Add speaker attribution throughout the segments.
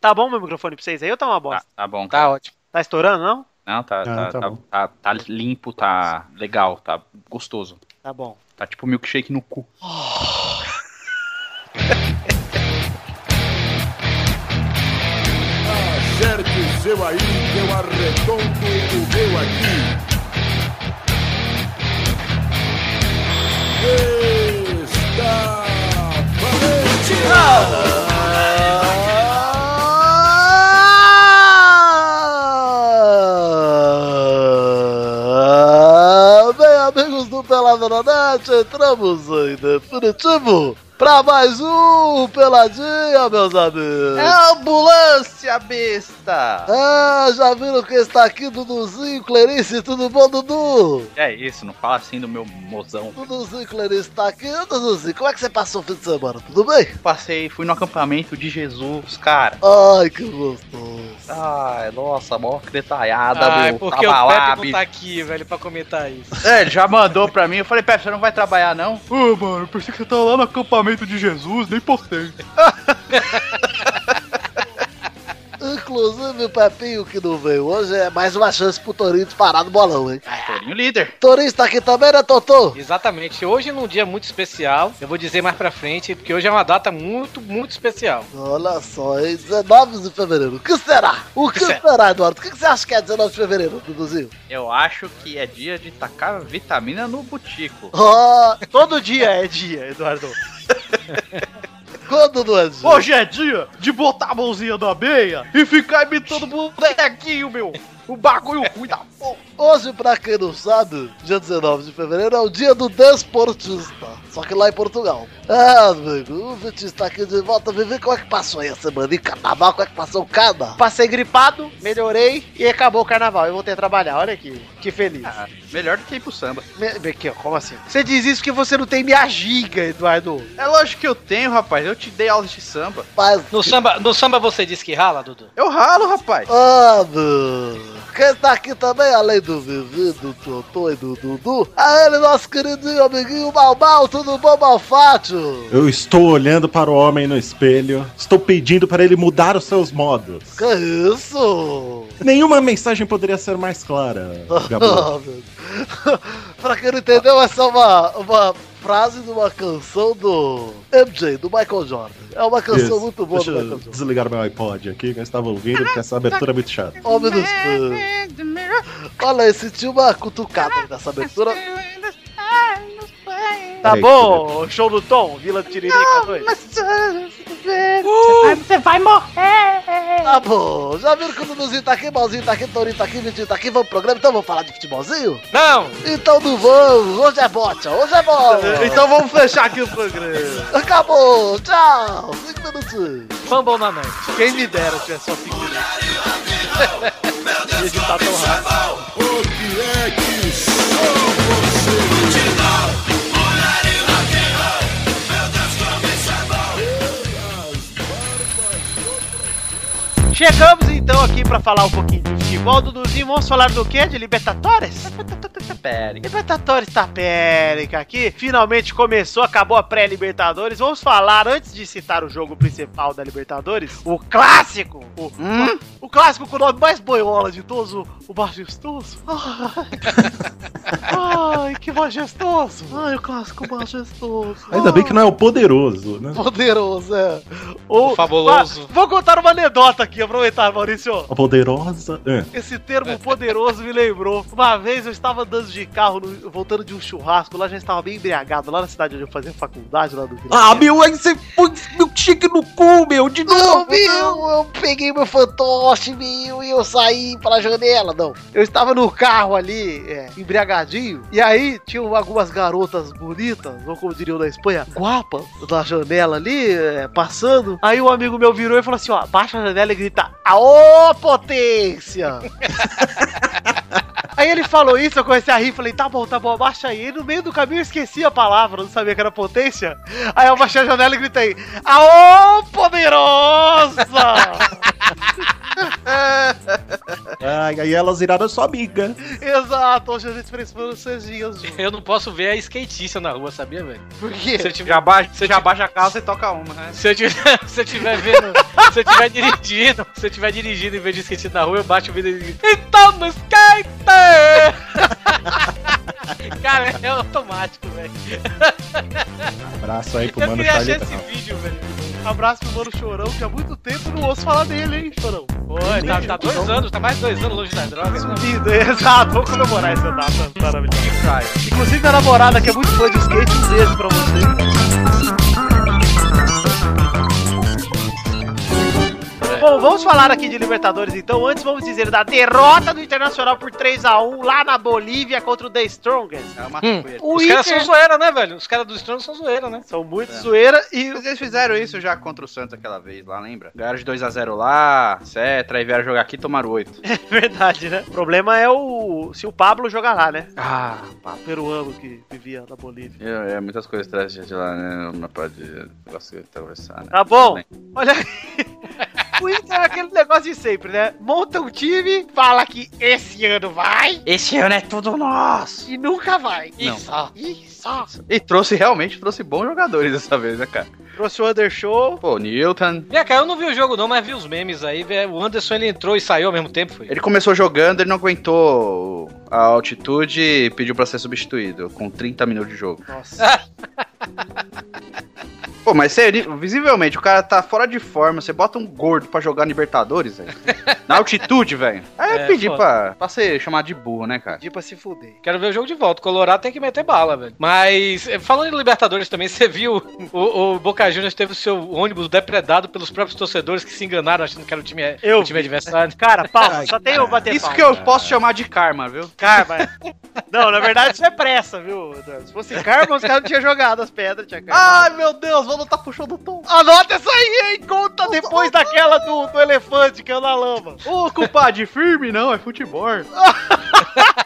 Speaker 1: Tá bom meu microfone pra vocês aí ou tá uma
Speaker 2: Tá,
Speaker 1: bosta?
Speaker 2: tá bom.
Speaker 3: Tá ótimo.
Speaker 1: Tá estourando, não?
Speaker 2: Não, tá,
Speaker 4: Não,
Speaker 2: tá,
Speaker 4: tá
Speaker 2: tá,
Speaker 4: bom.
Speaker 2: tá- tá limpo, tá legal, tá gostoso.
Speaker 1: Tá bom.
Speaker 2: Tá tipo milkshake no cu.
Speaker 5: Acerte o seu aí, que eu arredondo o meu aqui. Está valente!
Speaker 3: Ah, Bem, amigos do Pelada na Net, entramos em definitivo pra mais um Peladinha, meus amigos.
Speaker 2: Ah!
Speaker 6: Ambulância, besta!
Speaker 3: Ah, já viram quem está aqui, Duduzinho, Clarice, tudo bom, Dudu?
Speaker 2: É isso, não fala assim do meu mozão.
Speaker 3: Duduzinho, Clarice está aqui. Ô, Duduzinho, como é que você passou o fim de semana? Tudo bem?
Speaker 6: Passei, fui no acampamento de Jesus, cara.
Speaker 3: Ai, que gostoso.
Speaker 6: Ai, nossa, mó cretaiada,
Speaker 7: Ai,
Speaker 6: meu.
Speaker 7: porque
Speaker 6: Tava
Speaker 7: o
Speaker 6: Tá lá,
Speaker 7: Pepe não
Speaker 6: bicho.
Speaker 7: tá aqui, velho, pra comentar isso.
Speaker 6: É, ele já mandou pra mim. Eu falei, Pepe, você não vai trabalhar, não? Ô, mano, eu pensei que você tá lá no acampamento de Jesus, nem postei.
Speaker 3: Inclusive, o Pepinho que não veio hoje é mais uma chance pro Torinho disparar no bolão, hein?
Speaker 2: Torinho líder.
Speaker 3: Torinho está aqui também, né, Totô?
Speaker 7: Exatamente. Hoje é um dia muito especial. Eu vou dizer mais pra frente, porque hoje é uma data muito, muito especial.
Speaker 3: Olha só, hein? 19 de fevereiro. O que será? O que
Speaker 7: Certo.
Speaker 3: será, Eduardo? O que que você acha que é 19 de fevereiro, Duduzinho?
Speaker 2: Eu acho que é dia de tacar vitamina no butico.
Speaker 3: Ó,
Speaker 1: Todo dia é dia, Eduardo.
Speaker 3: quando não é dia?
Speaker 6: Hoje é dia de botar a mãozinha na meia e ficar imitando bonequinho, meu. O bagulho ruim da porra.
Speaker 3: Hoje, pra quem não sabe, dia 19 de fevereiro é o dia do desportista. Só que lá em Portugal. Ah, amigo, o Vitinho está aqui de volta. Vivi, como é que passou aí a semana? E carnaval, como é que passou o cada?
Speaker 1: Passei gripado, melhorei e acabou o carnaval. Eu voltei a trabalhar, olha aqui. Que feliz.
Speaker 2: Ah, melhor do que ir pro samba.
Speaker 1: Me- me- Aqui, ó, como assim? Você diz isso que você não tem minha giga, Eduardo.
Speaker 2: É lógico que eu tenho, rapaz. Eu te dei aulas de samba.
Speaker 3: Mas,
Speaker 7: No samba, no samba você disse que rala, Dudu?
Speaker 2: Eu ralo, rapaz.
Speaker 3: ah, meu... Quem tá aqui também, além do Vivi, do Totô e do Dudu, a ele, nosso queridinho amiguinho Malmal, tudo bom, Malfátio?
Speaker 4: Eu estou olhando para o homem no espelho, estou pedindo para ele mudar os seus modos.
Speaker 3: Que isso?
Speaker 4: Nenhuma mensagem poderia ser mais clara, Gabu.
Speaker 3: Ah, meu Deus. pra quem não entendeu, essa é uma, uma frase de uma canção do MJ, do Michael Jordan. É uma canção
Speaker 4: Isso.
Speaker 3: muito boa
Speaker 4: Deixa
Speaker 3: do
Speaker 4: eu
Speaker 3: Michael Jordan.
Speaker 4: desligar meu iPod aqui, que eu estava ouvindo, porque essa abertura é muito chata.
Speaker 3: Homem dos fãs. Olha aí, senti uma cutucada aí nessa abertura.
Speaker 1: Tá
Speaker 4: Peraí,
Speaker 1: bom, show do Tom, Vila do Tiririca 2.
Speaker 3: Tá bom, já viram que o Duduzinho tá aqui, Malzinho tá aqui, Torinho tá aqui, Vitinho tá aqui, vamos pro programa, então vamos falar de futebolzinho?
Speaker 7: Não!
Speaker 3: Então não vamos, hoje é bote, hoje é bola.
Speaker 1: Então vamos fechar aqui o programa.
Speaker 3: Acabou, tchau, cinco minutinhos.
Speaker 7: Fumble na noite.
Speaker 1: Quem me dera se é só 5 minutos. tá
Speaker 5: O que é que sou você?
Speaker 1: Chegamos então aqui pra falar um pouquinho de futebol, Duduzinho. Vamos falar do quê? De Libertadores?
Speaker 2: Pera.
Speaker 1: Libertadores tá périca aqui. Finalmente começou, acabou a pré-Libertadores. Vamos falar, antes de citar o jogo principal da Libertadores, o clássico. O, o clássico com o nome mais boiola de todos, o, o majestoso. Ai. Ai, que majestoso. Ai, o clássico majestoso.
Speaker 4: Ainda bem que não é o poderoso, né?
Speaker 3: Poderoso, é.
Speaker 1: o,
Speaker 7: fabuloso.
Speaker 1: Ah, vou contar uma anedota aqui, aproveitar, Maurício.
Speaker 4: A poderosa. É.
Speaker 1: Esse termo poderoso me lembrou. Uma vez eu estava andando de carro, no- voltando de um churrasco, lá já estava bem embriagado, lá na cidade onde eu fazia faculdade, lá do Vila
Speaker 4: Ah,
Speaker 1: Velha.
Speaker 8: meu, aí você põe milkshake no cu, meu, de
Speaker 3: Não, meu, eu peguei meu fantoche, meu, e eu saí pra janela. Não,
Speaker 1: Eu estava no carro ali, é, embriagadinho, e aí tinham algumas garotas bonitas, ou como diriam na Espanha, guapas, na janela ali, é, passando. Aí um amigo meu virou e falou assim: ó, baixa a janela e grita, aô, potência! Aí ele falou isso, eu comecei a rir, falei, tá bom, tá bom, abaixa aí. E no meio do caminho eu esqueci a palavra, não sabia que era potência. Aí eu abaixei a janela e gritei, aô, poderosa!
Speaker 4: Ai, ai, e elas viraram sua amiga.
Speaker 1: Exato, hoje a gente precisou de seis dias. Ju.
Speaker 7: Eu não posso ver a skatista na rua, sabia, velho?
Speaker 1: Por quê?
Speaker 7: Se eu tiver,
Speaker 2: Já abaixa, você já abaixa a calça e toca uma, né?
Speaker 7: se eu tiver, se eu tiver vendo, se eu tiver dirigindo, se eu tiver dirigindo e vejo skatista na rua, eu bato o vidro e digo, então no skater! Cara, é automático, velho.
Speaker 4: Abraço aí pro
Speaker 7: Eu
Speaker 4: mano
Speaker 7: queria achar
Speaker 4: Charlie
Speaker 7: esse
Speaker 4: Brown.
Speaker 7: vídeo, velho.
Speaker 1: Abraço pro mano Chorão, que há muito tempo não ouço falar dele, hein, Chorão.
Speaker 7: Oi, tá, tá dois anos, tá mais dois anos longe da droga. né?
Speaker 1: Lindo, exato, vamos comemorar essa data maravilhosa. Inclusive, minha namorada, que é muito fã de skate, um beijo pra você. Bom, vamos falar aqui de Libertadores então. Antes, vamos dizer da derrota do Internacional por 3x1 lá na Bolívia contra o The Strongest.
Speaker 2: É uma coisa.
Speaker 1: O
Speaker 7: Os
Speaker 1: Inter...
Speaker 7: caras são zoeira, né, velho? Os caras do Strong são zoeira, né?
Speaker 1: São muito zoeira e
Speaker 2: Mas Eles fizeram isso já contra o Santos aquela vez lá, lembra? Ganharam de 2x0 lá, etc. Aí vieram jogar aqui e tomaram 8.
Speaker 1: Verdade, né? O problema é o se o Pablo jogar lá, né?
Speaker 2: Ah,
Speaker 1: O peruano que vivia na Bolívia.
Speaker 2: é, é muitas coisas atrás de lá, né? Não pode negócio de atravessar, né?
Speaker 1: Tá bom. Olha aí. O Inter é aquele negócio de sempre, né? Monta um time, fala que esse ano vai
Speaker 2: Esse ano é tudo nosso!
Speaker 1: e nunca vai.
Speaker 2: Não.
Speaker 7: ah.
Speaker 1: Isso, isso.
Speaker 2: E trouxe, realmente, trouxe bons jogadores dessa vez, né, cara?
Speaker 1: Trouxe o Undershow.
Speaker 2: Pô, Newton,
Speaker 7: Vem cá, eu não vi o jogo não, mas vi os memes aí. velho. O Anderson ele entrou e saiu ao mesmo tempo, foi.
Speaker 2: Ele começou jogando, ele não aguentou a altitude e pediu pra ser substituído com 30 minutos de jogo.
Speaker 1: Nossa.
Speaker 2: Pô, mas sério, visivelmente o cara tá fora de forma, você bota um gordo pra jogar Libertadores, velho. Na altitude, velho. Aí
Speaker 7: É,
Speaker 2: é, pedir
Speaker 7: foda.
Speaker 2: pra, pra ser chamado de burro, né, cara?
Speaker 1: Pedi
Speaker 3: Tipo,
Speaker 1: pra se fuder.
Speaker 7: Quero ver o jogo de volta. O Colorado tem que meter bala, velho. Mas, eh, falando em Libertadores também, você viu o, o Boca Juniors teve o seu ônibus depredado pelos próprios torcedores que se enganaram achando que era o time, eh,
Speaker 1: Eu
Speaker 7: o time adversário.
Speaker 1: Cara, pau, só tem eu bater
Speaker 2: Isso
Speaker 1: palma.
Speaker 2: que eu posso chamar de karma, viu?
Speaker 1: Karma. é- Não, na verdade isso é pressa, viu, Eduardo? Se fosse karma, os caras não tinham jogado as pedras, tinha karma.
Speaker 3: Ai, meu Deus, vamos tá puxando o tom.
Speaker 1: Anota essa aí, hein?
Speaker 2: Ah,
Speaker 1: Conta depois daquela do, do elefante que é na lama.
Speaker 2: Ô, compadre, firme não, é futebol.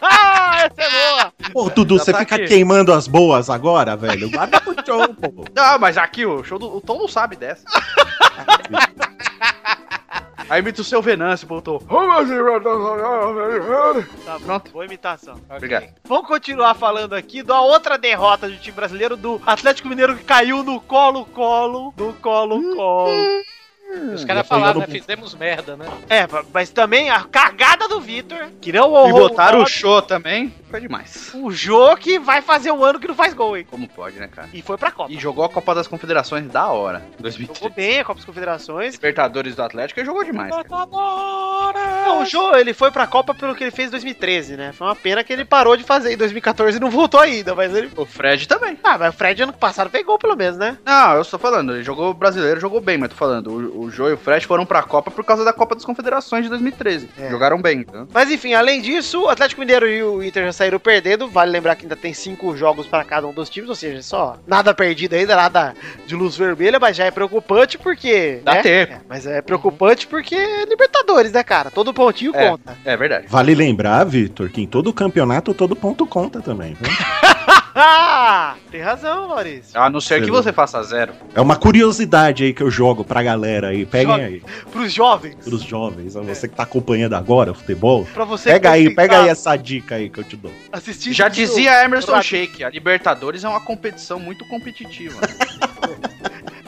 Speaker 1: Ah, essa é boa!
Speaker 4: Ô, Dudu, você fica queimando as boas agora, velho? Guarda pro show, pô.
Speaker 2: Ah, mas aqui o show do. O Tom não sabe dessa. Aí imita o seu Venâncio, botou. ah,
Speaker 1: Tá pronto, boa imitação.
Speaker 2: Obrigado.
Speaker 1: Vamos continuar falando aqui da outra derrota do time brasileiro do Atlético Mineiro que caiu no colo-colo, do colo-colo.
Speaker 7: Os caras
Speaker 4: já
Speaker 7: falaram, né?
Speaker 4: foi lá no-
Speaker 7: Fizemos merda, né?
Speaker 1: É, mas também a cagada do Vitor, que não
Speaker 2: E
Speaker 1: honrou
Speaker 2: botaram o
Speaker 1: voto,
Speaker 2: show também. Foi demais.
Speaker 1: o jogo que vai fazer um ano que não faz gol, hein?
Speaker 2: Como pode, né, cara?
Speaker 1: E foi pra Copa.
Speaker 2: E jogou a Copa das Confederações da hora. 2013.
Speaker 1: Jogou bem a Copa das Confederações.
Speaker 2: Libertadores do Atlético ele jogou demais. Cara. É.
Speaker 1: Não, o Jô, ele foi pra Copa pelo que ele fez em 2013, né? Foi uma pena que ele parou de fazer em 2014 e não voltou ainda, mas ele...
Speaker 2: O Fred também.
Speaker 1: Ah, mas o Fred ano passado fez gol pelo menos, né?
Speaker 2: Não, eu estou falando, ele jogou o brasileiro, jogou bem, mas tô falando, o, o Jô e o Fred foram pra Copa por causa da Copa das Confederações de 2013.
Speaker 1: É.
Speaker 2: Jogaram bem. Então.
Speaker 1: Mas enfim, além disso, o Atlético Mineiro e o Inter já saíram perdendo. Vale lembrar que ainda tem cinco jogos para cada um dos times, ou seja, só nada perdido ainda, nada de luz vermelha, mas já é preocupante porque.
Speaker 2: Dá
Speaker 1: né?
Speaker 2: tempo.
Speaker 1: É, mas
Speaker 6: Uhum.
Speaker 1: é preocupante porque é Libertadores, né, cara? Todo pontinho
Speaker 2: É.
Speaker 1: conta.
Speaker 2: É verdade.
Speaker 4: Vale lembrar, Vitor, que em todo campeonato, todo ponto conta também. Viu?
Speaker 1: Ah! Tem razão, Maurício.
Speaker 2: A não ser que
Speaker 4: Beleza.
Speaker 2: você faça zero.
Speaker 4: É uma curiosidade aí que eu jogo pra galera aí. Peguem
Speaker 1: Joga.
Speaker 4: aí,
Speaker 1: Pros jovens.
Speaker 4: pros jovens, a você que tá acompanhando agora o futebol.
Speaker 1: Pra você
Speaker 4: Pega aí,
Speaker 1: tentar
Speaker 4: pega aí essa dica aí que eu te dou.
Speaker 1: Assistir
Speaker 2: Já
Speaker 1: de-
Speaker 2: dizia Emerson
Speaker 1: Croata.
Speaker 2: Sheik, a Libertadores é uma competição muito competitiva.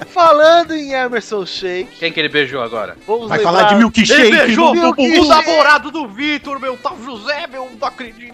Speaker 1: Falando em Emerson Shake,
Speaker 2: Quem que ele beijou agora?
Speaker 1: vamos
Speaker 4: Vai
Speaker 1: lembrar-
Speaker 4: falar de milkshake
Speaker 1: Ele beijou
Speaker 4: no
Speaker 1: milkshake.
Speaker 4: bumbum.
Speaker 6: namorado do Vitor, meu, tá o José, meu, não acredito.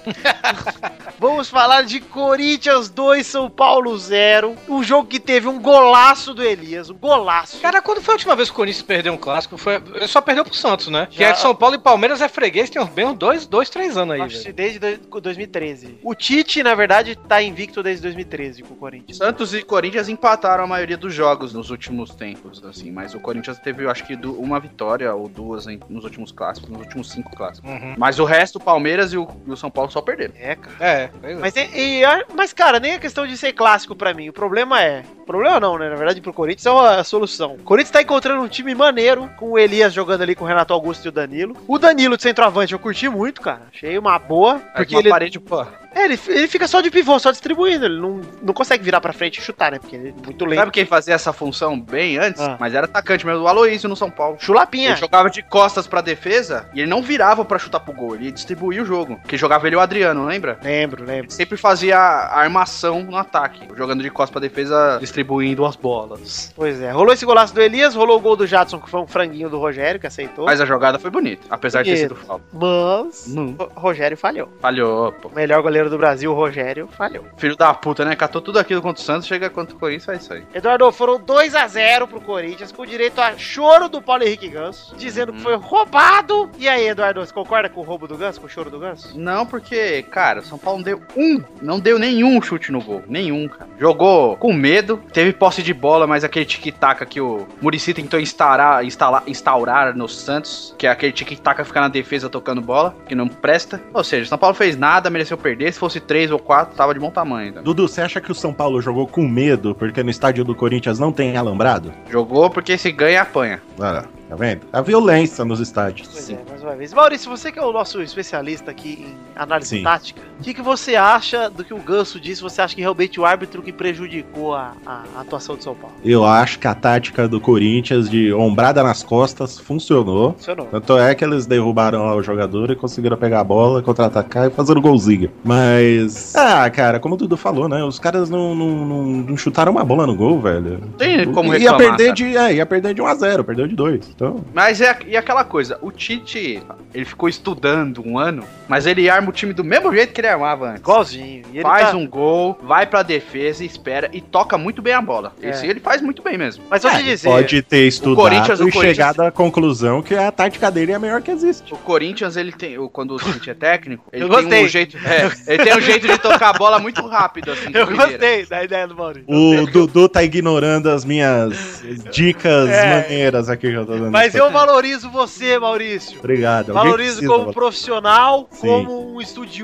Speaker 1: Vamos falar de Corinthians 2, São Paulo 0. Um jogo que teve um golaço do Elias, um golaço.
Speaker 7: Cara, quando foi a última vez que o Corinthians perdeu um clássico? Foi... Ele só perdeu pro Santos, né? Que
Speaker 1: Já.
Speaker 7: é São Paulo e Palmeiras é freguês, tem uns bem uns dois, dois, três anos aí,
Speaker 1: Acho
Speaker 7: velho.
Speaker 1: que desde do- 2013. O Tite, na verdade, tá invicto desde 2013 com o Corinthians.
Speaker 2: Santos e Corinthians empataram a maioria dos jogos nos últimos tempos, assim, mas o Corinthians teve, eu acho que, du- uma vitória ou duas em- nos últimos clássicos, nos últimos cinco clássicos.
Speaker 7: Uhum.
Speaker 2: Mas o resto, o Palmeiras e o, e o São Paulo só perderam.
Speaker 1: É, cara.
Speaker 7: É, pois é.
Speaker 1: Mas, e- e- a- mas, cara, nem é questão de ser clássico pra mim. O problema é. o Problema não, né? Na verdade, pro Corinthians é uma solução. O Corinthians tá encontrando um time maneiro, com o Elias jogando ali com o Renato Augusto e o Danilo. O Danilo de centroavante eu curti muito, cara. Achei uma boa.
Speaker 2: Porque
Speaker 1: Porque ele
Speaker 2: parede, pô.
Speaker 1: É, ele, ele fica só de pivô, só distribuindo. Ele não, não consegue virar pra frente e chutar, né? Porque ele é muito lento.
Speaker 2: Sabe quem fazia essa função bem antes?
Speaker 1: Ah.
Speaker 2: Mas era atacante mesmo, o Aloysio no São Paulo.
Speaker 1: Chulapinha.
Speaker 2: Ele jogava de costas pra defesa e ele não virava pra chutar pro gol, ele distribuía o jogo. Que jogava ele e o Adriano, lembra?
Speaker 1: Lembro, lembro.
Speaker 2: Sempre fazia a armação no ataque, jogando de costas pra defesa, distribuindo as bolas.
Speaker 1: Pois é. Rolou esse golaço do Elias, rolou o gol do Jadson, que foi um franguinho do Rogério, que aceitou.
Speaker 2: Mas Hum. a jogada foi bonita, apesar de ter
Speaker 1: Bonito.
Speaker 2: sido falta.
Speaker 1: Mas
Speaker 2: Não.
Speaker 1: o Rogério falhou.
Speaker 2: Falhou, pô.
Speaker 1: O melhor goleiro do Brasil, o Rogério, falhou.
Speaker 2: Filho da puta, né? Catou tudo aquilo contra o Santos, chega contra o Corinthians, faz isso aí.
Speaker 1: Eduardo, foram 2 a 0 pro Corinthians, com direito a choro do Paulo Henrique Ganso, dizendo
Speaker 2: Uhum.
Speaker 1: que foi roubado. E aí, Eduardo, você concorda com o roubo do Ganso, com o choro do Ganso?
Speaker 2: Não, porque, cara, o São Paulo não deu um, não deu nenhum chute no gol. Nenhum, cara. Jogou com medo, teve posse de bola, mas aquele tic-tac que o Murici tentou instaurar, instalar, instaurar no Santos, que é aquele tic-tac ficar na defesa tocando bola, que não presta. Ou seja, o São Paulo fez nada, mereceu perder. Se fosse três ou quatro, tava de bom tamanho. Então.
Speaker 4: Dudu, você acha que o São Paulo jogou com medo porque no estádio do Corinthians não tem alambrado?
Speaker 2: Jogou porque se ganha, apanha.
Speaker 4: Olha lá, tá vendo? A violência nos estádios.
Speaker 1: Pois é, mais uma vez. Maurício, você que é o nosso especialista aqui em análise
Speaker 4: Sim.
Speaker 1: tática, o que, que você acha do que o Ganso disse? Você acha que realmente o árbitro que prejudicou a, a atuação do São Paulo?
Speaker 4: Eu acho que a tática do Corinthians de ombrada nas costas funcionou.
Speaker 1: Funcionou.
Speaker 4: Tanto é que eles derrubaram lá o jogador e conseguiram pegar a bola, contra-atacar e fazer o golzinho. Mas. Ah, cara, como o Dudu falou, né? Os caras não, não, não- não chutaram uma bola no gol, velho.
Speaker 2: Não tem como
Speaker 4: Uhum. ia
Speaker 2: reclamar.
Speaker 4: perder
Speaker 2: cara.
Speaker 4: de. É, ia perder de 1x0, perdeu de 2. Então.
Speaker 2: Mas é e aquela coisa, o Tite, ele ficou estudando um ano, mas ele arma o time do mesmo jeito que ele armava antes.
Speaker 1: Igualzinho. E ele
Speaker 2: faz
Speaker 1: tá-
Speaker 2: um gol, vai pra defesa, espera e toca muito bem a bola.
Speaker 1: É.
Speaker 2: Esse ele faz muito bem mesmo.
Speaker 1: Mas vou
Speaker 4: É,
Speaker 1: te
Speaker 4: ele
Speaker 1: dizer, é
Speaker 4: pode ter estudado
Speaker 2: Corinthians- o
Speaker 4: e
Speaker 2: Corinthians-
Speaker 4: chegado à conclusão que a tática dele é a melhor que existe.
Speaker 2: O Corinthians, ele tem, o- quando o Tite é técnico, ele
Speaker 1: Eu
Speaker 2: tem
Speaker 1: gostei.
Speaker 2: um jeito, é, ele tem um jeito de tocar a bola muito rápido assim. de
Speaker 1: eu
Speaker 2: primeira.
Speaker 1: gostei da ideia do Maurício.
Speaker 4: O Dudu tá ignorando as minhas dicas
Speaker 1: É.
Speaker 4: maneiras aqui que eu tô dando.
Speaker 1: Mas eu valorizo você, Maurício.
Speaker 4: Obrigado. né? alguém
Speaker 1: Valorizo
Speaker 4: precisa
Speaker 1: como profissional,
Speaker 4: Sim.
Speaker 1: como um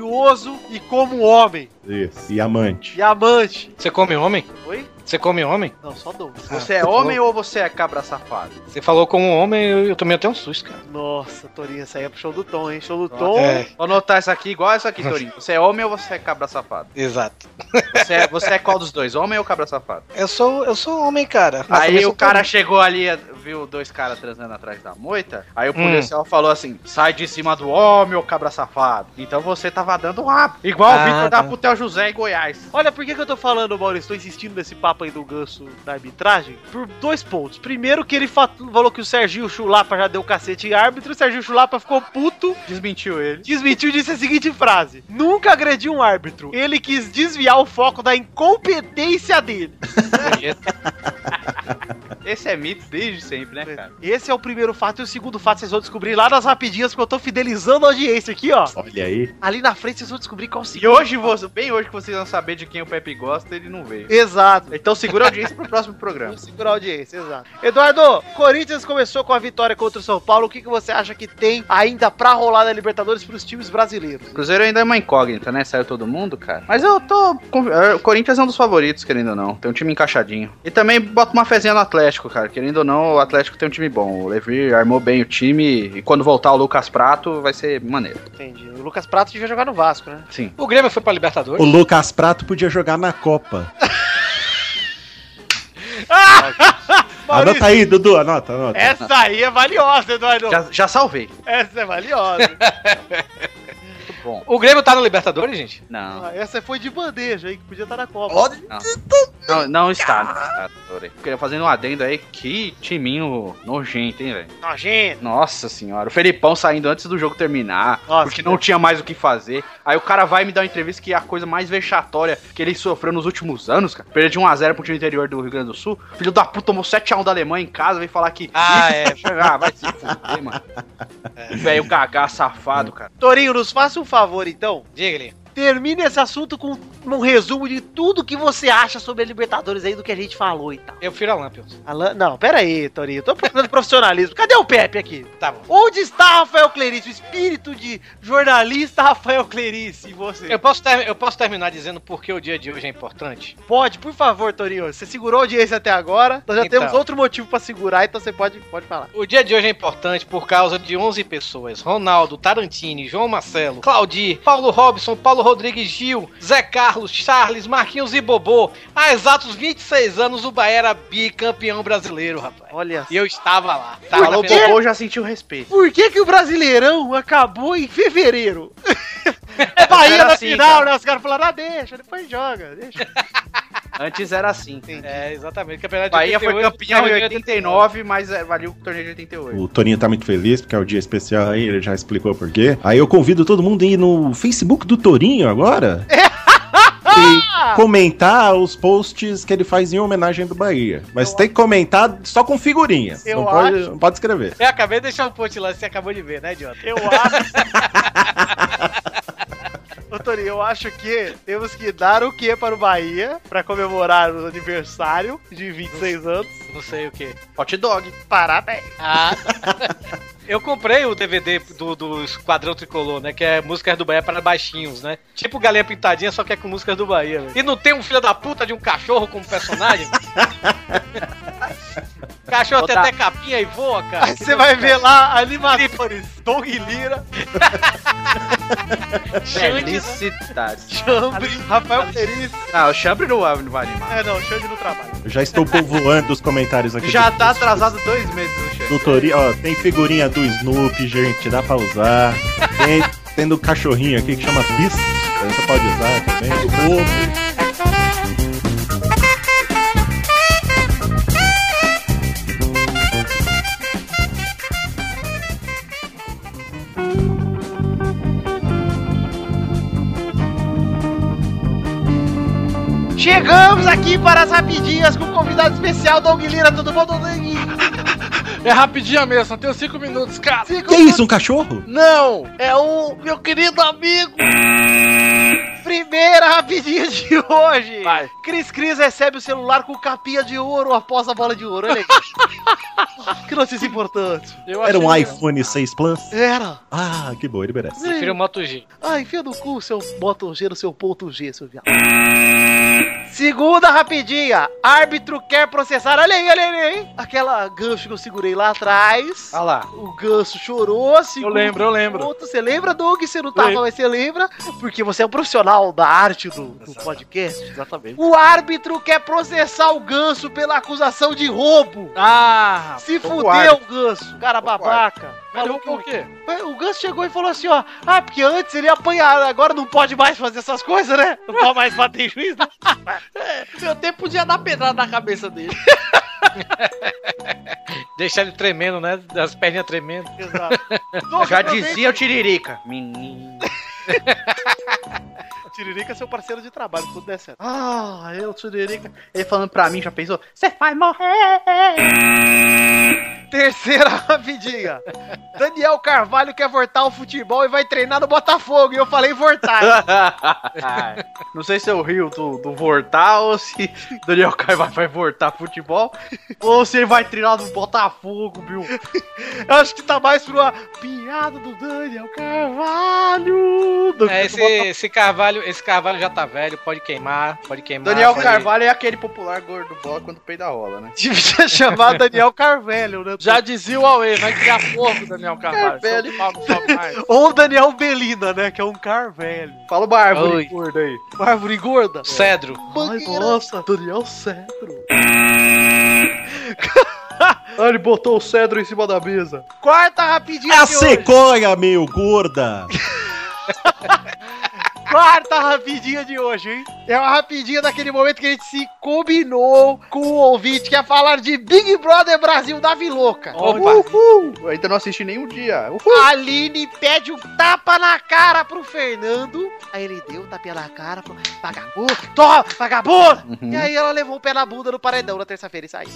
Speaker 1: estudioso e como um homem
Speaker 4: valorizar isso. E amante.
Speaker 1: e amante.
Speaker 7: Você come homem?
Speaker 1: Oi?
Speaker 7: Você come homem?
Speaker 1: Não, só dois.
Speaker 2: Você é homem ou você é cabra safado?
Speaker 7: Você falou como homem, eu, eu tomei até um susto, cara.
Speaker 1: Nossa, Torinha, essa aí é pro show do Tom, hein? Show do Tom.
Speaker 7: É,
Speaker 2: Vou anotar isso aqui igual essa aqui, Torinho. Você é homem ou você é cabra safado?
Speaker 7: exato.
Speaker 2: Você é, você é qual dos dois, homem ou cabra safado?
Speaker 7: Eu sou, eu sou homem, cara.
Speaker 2: aí
Speaker 7: Atravessou
Speaker 2: o cara
Speaker 7: tudo.
Speaker 2: chegou ali, viu dois caras transando atrás da moita. Aí o
Speaker 7: Hum.
Speaker 2: policial falou assim: sai de cima do homem, ô cabra safado. Então você tava dando rabo. Igual
Speaker 7: Ah,
Speaker 2: o Vitor
Speaker 7: tá.
Speaker 2: da Putel José em Goiás.
Speaker 1: Olha, por que, que eu tô falando, Maurício? Tô insistindo nesse papo aí do ganso da arbitragem? Por dois pontos. Primeiro, que ele fa- falou que o Serginho Chulapa já deu cacete em árbitro, o Serginho Chulapa ficou puto
Speaker 2: Desmentiu ele.
Speaker 1: desmentiu e disse a seguinte frase: Nunca agredi um árbitro. Ele quis desviar o foco da incompetência dele.
Speaker 2: Esse é mito desde sempre, né, cara?
Speaker 1: Esse é o primeiro fato. E o segundo fato vocês vão descobrir lá nas rapidinhas, porque eu tô fidelizando a audiência aqui, ó.
Speaker 4: Olha aí.
Speaker 1: Ali na frente vocês vão descobrir qual o
Speaker 2: E
Speaker 1: segundo.
Speaker 2: hoje, você- bem hoje que vocês vão saber de quem o Pepe gosta, ele não veio.
Speaker 1: Exato.
Speaker 2: Então segura a audiência pro próximo programa.
Speaker 1: Vamos segurar a audiência, exato. Eduardo, Corinthians começou com a vitória contra o São Paulo. O que, que você acha que tem ainda pra rolar na Libertadores pros times brasileiros?
Speaker 2: Cruzeiro ainda é uma incógnita, né? Saiu todo mundo, cara. Mas eu tô. confi- é, O Corinthians é um dos favoritos, querendo ou não. Tem um time encaixadinho. E também bota uma fezinha no Atlético, cara. Querendo ou não, o Atlético tem um time bom. O Levi armou bem o time. E quando voltar o Lucas Prato, vai ser maneiro.
Speaker 1: Entendi. O Lucas Prato devia jogar no Vasco, né?
Speaker 2: Sim.
Speaker 7: O Grêmio foi pra
Speaker 4: O
Speaker 7: Libertadores.
Speaker 4: Lucas Prato podia jogar na Copa.
Speaker 1: Maurício,
Speaker 4: Anota aí, Dudu, anota, anota.
Speaker 1: essa aí é valiosa, Eduardo.
Speaker 2: Já, já salvei.
Speaker 1: Essa é valiosa.
Speaker 2: Bom.
Speaker 7: O Grêmio tá na Libertadores, gente?
Speaker 2: Não.
Speaker 1: Ah, Essa foi de bandeja aí, que podia estar na Copa.
Speaker 2: Não, não está no Libertadores. Queria fazer um adendo aí. Que timinho nojento, hein, velho?
Speaker 1: Nojento.
Speaker 2: Nossa senhora, o Felipão saindo antes do jogo terminar,
Speaker 1: Nossa,
Speaker 2: porque não tinha mais o que fazer. Aí o cara vai me dar uma entrevista que é a coisa mais vexatória que ele sofreu nos últimos anos, cara. Perdeu de 1x0 pro time interior do Rio Grande do Sul. Filho da puta tomou 7x1 da Alemanha em casa, vem falar que.
Speaker 7: Ah, é.
Speaker 2: Ah, vai se fuder, mano. Velho gagá safado, cara.
Speaker 1: Torinho, nos faça um favor, então.
Speaker 7: é. Diga, Linha.
Speaker 1: Termine esse assunto com um resumo de tudo que você acha sobre a Libertadores aí, do que a gente falou e tal.
Speaker 7: Eu firo a Lampions.
Speaker 1: Alan... Não, pera aí, Torinho. Tô procurando profissionalismo. Cadê o Pepe aqui?
Speaker 7: Tá bom.
Speaker 1: Onde está Rafael Clerice? O espírito de jornalista Rafael Clerice e você?
Speaker 7: Eu posso, ter- eu posso terminar dizendo por que o dia de hoje é importante?
Speaker 1: Pode, por favor, Torinho. Você segurou a audiência até agora. Nós já
Speaker 7: Então.
Speaker 1: temos outro motivo pra segurar, então você pode, pode falar.
Speaker 7: O dia de hoje é importante por causa de 11 pessoas: Ronaldo, Tarantini, João Marcelo, Claudir, Paulo Robson, Paulo Rodrigues Gil, Zé Carlos, Charles, Marquinhos e Bobô. Há exatos 26 anos o Bahia era bicampeão brasileiro, rapaz.
Speaker 1: Olha.
Speaker 7: E eu estava lá. Tava
Speaker 2: Falou
Speaker 7: na penal-
Speaker 2: bobô, já sentiu respeito.
Speaker 1: Por que, que o Brasileirão acabou em fevereiro? É Bahia
Speaker 2: Era
Speaker 1: na
Speaker 2: assim,
Speaker 1: final,
Speaker 2: cara.
Speaker 1: né? Os caras falaram, ah, deixa, depois joga, deixa.
Speaker 2: Antes era assim.
Speaker 7: É, exatamente. Campeonato de
Speaker 2: Bahia foi
Speaker 7: 88,
Speaker 2: campeão em
Speaker 7: Bahia
Speaker 2: 89, mas é, valeu o torneio de 88.
Speaker 4: O Toninho tá muito feliz, porque é o dia especial aí, ele já explicou por quê. Aí eu convido todo mundo a ir no Facebook do Torinho agora. E comentar os posts que ele faz em homenagem do Bahia. Mas tem que comentar só com figurinha.
Speaker 1: Eu
Speaker 4: Não pode,
Speaker 1: acho.
Speaker 4: não pode escrever.
Speaker 7: Eu acabei de deixar um post lá, você acabou de ver, né, idiota?
Speaker 1: Eu acho. Ô, Tony, eu acho que temos que dar o que para o Bahia para comemorar o aniversário de 26 anos.
Speaker 7: Não sei o que.
Speaker 2: Hot dog.
Speaker 1: Parabéns.
Speaker 7: Ah, eu comprei o DVD do, do Esquadrão Tricolor, né? Que é músicas do Bahia para baixinhos, né? Tipo Galinha Pintadinha, só que é com músicas do Bahia, velho. E não tem um filho da puta de um cachorro como personagem? cachorro tem
Speaker 6: tá.
Speaker 7: até capinha e voa, cara.
Speaker 1: Aí você vai ver lá animadores. Tom e Lira,
Speaker 7: Xande, né?
Speaker 2: Felicidades.
Speaker 1: Chambre, Rafael Feliz.
Speaker 2: Ah, o Chambre não vai não vai animar.
Speaker 1: É, não, Chambre no trabalho.
Speaker 4: Eu já estou povoando os comentários aqui.
Speaker 2: Já
Speaker 4: do,
Speaker 2: tá atrasado dois meses né, o Chambre.
Speaker 4: do Torinho. Ó, tem figurinha do Snoopy, gente, dá pra usar. Tem, tem do cachorrinho aqui que chama Pista. Você pode usar também. Do Bobo.
Speaker 1: Chegamos aqui para as rapidinhas com o convidado especial, Doug Lira, todo mundo.
Speaker 6: É rapidinho mesmo, só tenho cinco minutos, cara.
Speaker 1: Cinco
Speaker 4: Que isso, um cachorro?
Speaker 1: Não, é o meu querido amigo. Primeira rapidinha de hoje.
Speaker 6: Vai.
Speaker 1: Cris Cris recebe o celular com capinha de ouro após a bola de ouro. Olha aí. que notícia importante.
Speaker 6: Eu
Speaker 4: Era um
Speaker 6: achei-
Speaker 4: iPhone 6 Plus?
Speaker 1: Era.
Speaker 4: Ah, que boa, ele merece.
Speaker 7: Prefiro o Moto G.
Speaker 1: Ah, enfia no cu seu botão G no seu ponto G, seu viado. Segunda rapidinha. Árbitro quer processar. Olha aí, olha aí, olha aí. Aquela gancho que eu segurei lá atrás.
Speaker 2: Olha lá.
Speaker 1: O ganso chorou, segurou.
Speaker 6: Ah. lembro, eu lembro.
Speaker 1: Outro, você lembra, Doug? Você não tava,
Speaker 6: Lembro.
Speaker 1: mas você lembra? Porque você é um profissional da arte do, do podcast. Exatamente. O árbitro quer processar o ganso pela acusação de roubo.
Speaker 6: Ah,
Speaker 1: Se
Speaker 2: tô
Speaker 1: fudeu,
Speaker 2: guarda.
Speaker 1: ganso. Cara
Speaker 2: guarda.
Speaker 1: babaca.
Speaker 6: mas
Speaker 1: Falou
Speaker 6: eu por
Speaker 1: que-
Speaker 6: quê?
Speaker 1: o Ganso chegou e falou assim, ó. Ah, porque antes ele apanhava, agora não pode mais fazer essas coisas, né? Não pode mais bater em juiz, né?
Speaker 3: Meu tempo podia dar pedrada na cabeça dele.
Speaker 7: Deixar ele tremendo, né? As perninhas tremendo.
Speaker 1: Exato. Doug,
Speaker 2: Já
Speaker 1: aproveita-
Speaker 2: dizia o Tiririca. Menino.
Speaker 1: Tiririca é seu parceiro de trabalho, tudo der certo. Ah, eu, Tiririca.
Speaker 2: Ele falando pra mim, já pensou? Você vai morrer.
Speaker 1: Terceira rapidinha. Daniel Carvalho quer voltar ao futebol e vai treinar no Botafogo. E eu falei voltar.
Speaker 2: Não sei
Speaker 1: é
Speaker 2: se eu rio do, do Vortar ou se Daniel Carvalho vai voltar futebol ou se ele vai treinar do Botafogo, viu?
Speaker 1: Eu acho que tá mais pra uma piada do Daniel Carvalho. Do
Speaker 7: É, esse, esse carvalho, esse carvalho já tá velho, pode queimar, pode queimar.
Speaker 2: Daniel
Speaker 7: pode-
Speaker 2: Carvalho é aquele popular gordo bola quando peida rola, né?
Speaker 1: Devia chamar Daniel Carvalho, né?
Speaker 6: Já dizia o Aue, vai criar fogo, Daniel Carvalho.
Speaker 2: É
Speaker 6: Seu pau não sobe mais.
Speaker 1: Ou o Daniel Belina, né? Que é um carvelho.
Speaker 2: Fala o árvore
Speaker 7: Oi.
Speaker 2: gorda aí.
Speaker 1: Uma árvore gorda.
Speaker 7: Cedro.
Speaker 1: Ai, nossa, Daniel Cedro.
Speaker 2: Ah, ele botou o cedro em cima da mesa.
Speaker 1: Quarta rapidinha
Speaker 4: É a
Speaker 1: de hoje.
Speaker 4: sequoia, meu gorda!
Speaker 1: Quarta rapidinha de hoje, hein? É uma rapidinha daquele momento que a gente se combinou com o ouvinte, que é falar de Big Brother Brasil da Viloca.
Speaker 7: Opa,
Speaker 2: Eu ainda não assisti nenhum dia. Uhul.
Speaker 1: A Aline pede um tapa na cara pro Fernando. Aí ele deu um tapinha na cara, falou, vagabundo, toma, vagabundo! E aí ela levou o pé na bunda no paredão na terça-feira e saiu.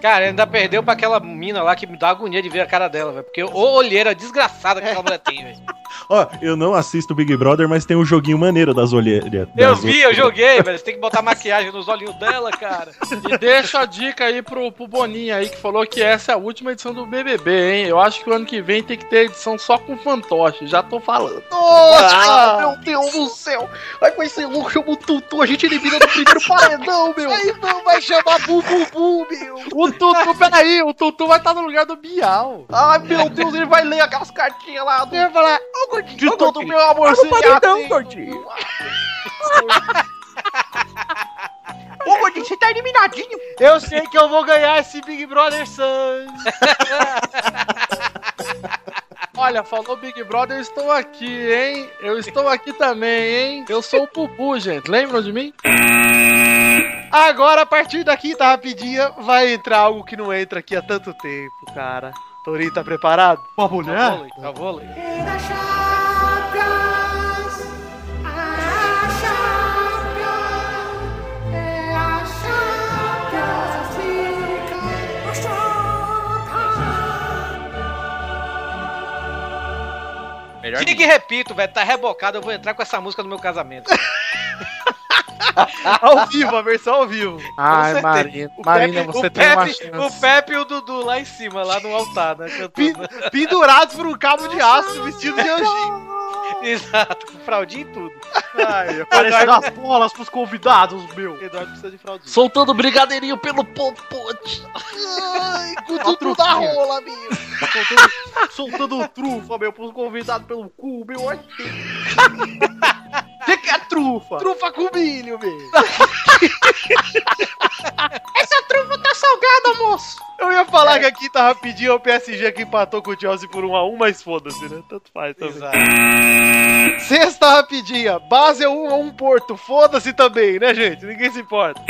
Speaker 7: cara, ainda perdeu pra aquela mina lá que me dá agonia de ver a cara dela, velho. Porque é ô olheira desgraçada que aquela mulher tem, velho.
Speaker 4: Ó, eu não assisto Big Brother, mas tem um joguinho maneiro das olheiras.
Speaker 6: Eu
Speaker 7: eu vi, eu joguei, velho. Você tem que botar maquiagem nos olhinhos dela, cara.
Speaker 9: E deixa a dica aí pro, pro Boninho aí, que falou que essa é a última edição do BBB, hein? Eu acho que o ano que vem tem que ter edição só com fantoche, já tô falando.
Speaker 3: Ah!
Speaker 1: Nossa, meu Deus do céu! Vai com esse louco, chama o Tutu, a gente elimina do primeiro paredão, meu!
Speaker 3: Aí não vai chamar bum-bum-bum, meu.
Speaker 9: O Tutu, peraí, o Tutu vai estar no lugar do Bial.
Speaker 1: Ai, meu Deus, ele vai ler aquelas cartinhas lá do,
Speaker 9: Ele vai falar,
Speaker 1: de todo o meu amorzinho. assim.
Speaker 10: gordinho.
Speaker 1: Ô, Gordinho, você tá eliminadinho.
Speaker 3: Eu sei que eu vou ganhar esse Big Brother Sun.
Speaker 9: olha, falou Big Brother, eu estou aqui, hein? Eu estou aqui também, hein? Eu sou o Pupu, gente, lembram de mim?
Speaker 3: Agora, a partir da quinta rapidinha, vai entrar algo que não entra aqui há tanto tempo, cara. Torinho, tá preparado? Tá Uma mulher?
Speaker 7: Eu vou ler.
Speaker 11: Melhor
Speaker 7: Diga e repito, velho, tá rebocado, eu vou entrar com essa música no meu casamento.
Speaker 1: Ah,
Speaker 3: ao vivo, a versão ao vivo.
Speaker 9: Ai,
Speaker 7: certeza.
Speaker 9: Marina,
Speaker 7: O
Speaker 9: Marina,
Speaker 7: Pepe-
Speaker 9: você
Speaker 7: o
Speaker 9: tem uma
Speaker 7: Pepe-
Speaker 9: chance.
Speaker 7: O Pepe e o Dudu lá em cima, lá no altar, né?
Speaker 3: Pin-
Speaker 7: Cantando.
Speaker 3: pendurados por um cabo de aço, vestidos de anjinho.
Speaker 7: Exato, com fraldinha e tudo.
Speaker 1: Ai, aparecendo as bolas pros convidados, meu.
Speaker 3: Eduardo precisa de fraldinha.
Speaker 10: Soltando brigadeirinho pelo popote.
Speaker 3: Ai, com
Speaker 1: tudo
Speaker 3: da
Speaker 1: na
Speaker 3: rola, meu.
Speaker 1: Soltando trufa, meu, pros convidados pelo cu, meu. O que, que é trufa?
Speaker 3: Trufa com milho, meu.
Speaker 1: Essa trufa tá salgada, moço.
Speaker 3: Eu ia falar que aqui tá rapidinho, é o PSG que empatou com o Chelsea por 1x1, mas foda-se, né? Tanto faz também.
Speaker 7: Exato.
Speaker 3: Sexta rapidinha, Basel 1x1 Porto, foda-se também, né, gente? Ninguém se importa.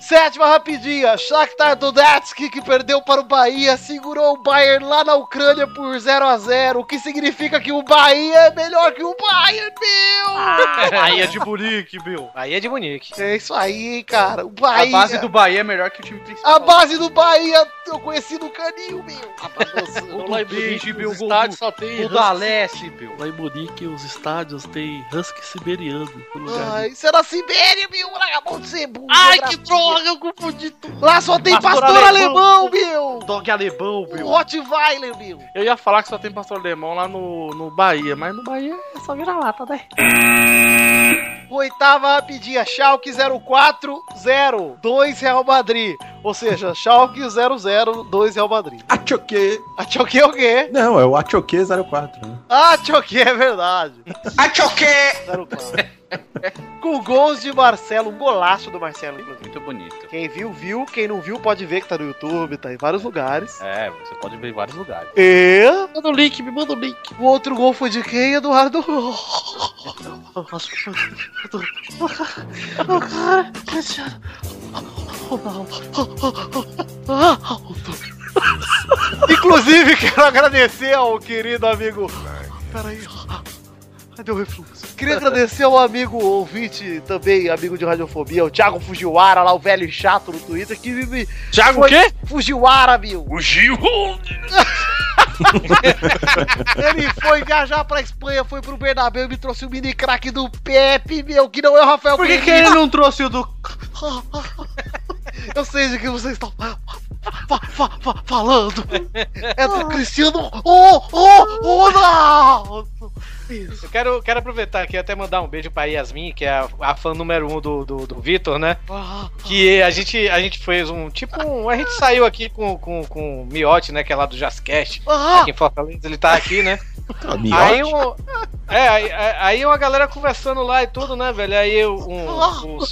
Speaker 3: Sétima rapidinha, Shakhtar Donetsk, que perdeu para o Bahia, segurou o Bayern lá na Ucrânia por 0x0, o que significa que o Bahia é melhor que o Bayern, meu!
Speaker 1: Aí é de Burique, meu.
Speaker 7: Aí é de Munique.
Speaker 3: É isso aí, cara, o
Speaker 11: A
Speaker 3: Bahia...
Speaker 11: base do Bahia é melhor que o time principal.
Speaker 3: A base do Bahia, eu conheci no Canil, meu!
Speaker 9: Então, lá em
Speaker 1: Bicho,
Speaker 9: Munique,
Speaker 1: meu,
Speaker 9: os
Speaker 1: gol
Speaker 9: estádios só tem
Speaker 11: O
Speaker 9: Husky.
Speaker 11: da Leste, meu.
Speaker 9: Lá em Munique, os estádios tem Husky siberiano. no lugar
Speaker 3: Ai, isso é na Sibéria, meu! Acabou de ser burro!
Speaker 9: Ai,
Speaker 3: Brasil.
Speaker 9: que
Speaker 6: Ah,
Speaker 9: droga, eu confundi tudo.
Speaker 3: Lá só tem
Speaker 1: Pastor
Speaker 3: pastor,
Speaker 1: alemão.
Speaker 3: alemão, meu!
Speaker 1: Dog alemão,
Speaker 3: O
Speaker 1: meu.
Speaker 3: Rottweiler, meu!
Speaker 9: Eu ia falar que só tem pastor alemão lá no, no Bahia, mas no Bahia é só vira lata, né?
Speaker 3: Oitava rapidinha, Schalke 04, 0, 2 Real Madrid. Ou seja, Schalke 00, 2 Real Madrid.
Speaker 4: Achoque.
Speaker 3: A Schalke é o quê?
Speaker 4: Não, é o Achoque 04, né?
Speaker 3: Ah, Schalke é verdade.
Speaker 11: Achoque!
Speaker 3: 04. Com gols de Marcelo, um golaço do Marcelo, inclusive.
Speaker 11: Muito bonito.
Speaker 3: Quem viu, viu. Quem não viu, pode ver que tá no YouTube, tá em vários lugares.
Speaker 11: É, você pode ver em vários lugares.
Speaker 3: E
Speaker 9: Manda o é link, me manda o link.
Speaker 3: o outro gol foi de quem, Eduardo?
Speaker 9: Nossa, que foi- O cara- o cara, Cristiano. Ronaldo.
Speaker 3: Inclusive, quero agradecer ao querido amigo. Peraí. Cadê o refluxo? Queria agradecer ao amigo ouvinte, também amigo de radiofobia, o Thiago Fujiwara, lá o velho chato no Twitter, que vive.
Speaker 9: Thiago,
Speaker 3: Foi-
Speaker 9: o quê?
Speaker 3: Fujiwara, meu!
Speaker 12: O Gil!
Speaker 3: Ele foi viajar pra Espanha, foi pro Bernabéu e me trouxe o mini craque do Pepe, meu, que não é o Rafael
Speaker 1: Por que, que
Speaker 3: Pereira.
Speaker 1: ele não trouxe o do.
Speaker 3: Eu sei de que vocês estão fa- fa- fa- falando. É do Cristiano. Oh, oh, oh, não! Isso.
Speaker 7: Eu quero, quero aproveitar aqui até mandar um beijo pra Yasmin, que é a, a fã número um do, do, do Vitor, né? Que a gente, a gente fez um. Tipo, um, a gente saiu aqui com, com, com o Miote, né? Que é lá do Jascast.
Speaker 3: Ah,
Speaker 7: Aqui em Fortaleza, ele tá aqui, né?
Speaker 4: Ah, miote.
Speaker 7: Aí um. É, aí, aí- aí uma galera conversando lá e tudo, né, velho? Aí eu- um, o, o-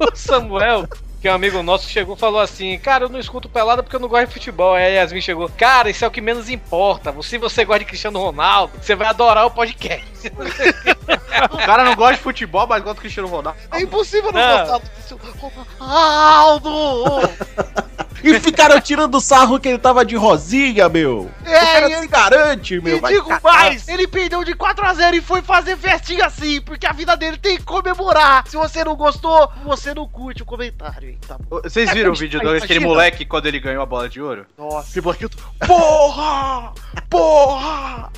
Speaker 7: o Samuel, que é um amigo nosso, chegou e falou assim: Cara, eu não escuto pelada porque eu não gosto de futebol. Aí a Yasmin chegou: Cara, isso é o que menos importa. Se você gosta de Cristiano Ronaldo, você vai adorar o podcast.
Speaker 1: O cara não gosta de futebol, mas gosta do Cristiano Ronaldo.
Speaker 3: é impossível não,
Speaker 7: Não.
Speaker 3: gostar do Cristiano. Ronaldo!
Speaker 4: E ficaram tirando sarro que ele tava de rosinha, meu. o
Speaker 3: É,
Speaker 4: cara
Speaker 3: e
Speaker 4: se garante,
Speaker 3: eu
Speaker 4: meu.
Speaker 3: me
Speaker 4: vai
Speaker 3: digo
Speaker 4: cagar.
Speaker 3: mais, ele perdeu de 4x0 e foi fazer festinha assim, porque a vida dele tem que comemorar. Se você não gostou, você não curte o comentário, hein? Tá bom.
Speaker 2: É,
Speaker 11: Vocês viram o vídeo do aquele moleque quando ele ganhou a bola de ouro?
Speaker 3: Nossa.
Speaker 1: Porra! Porra!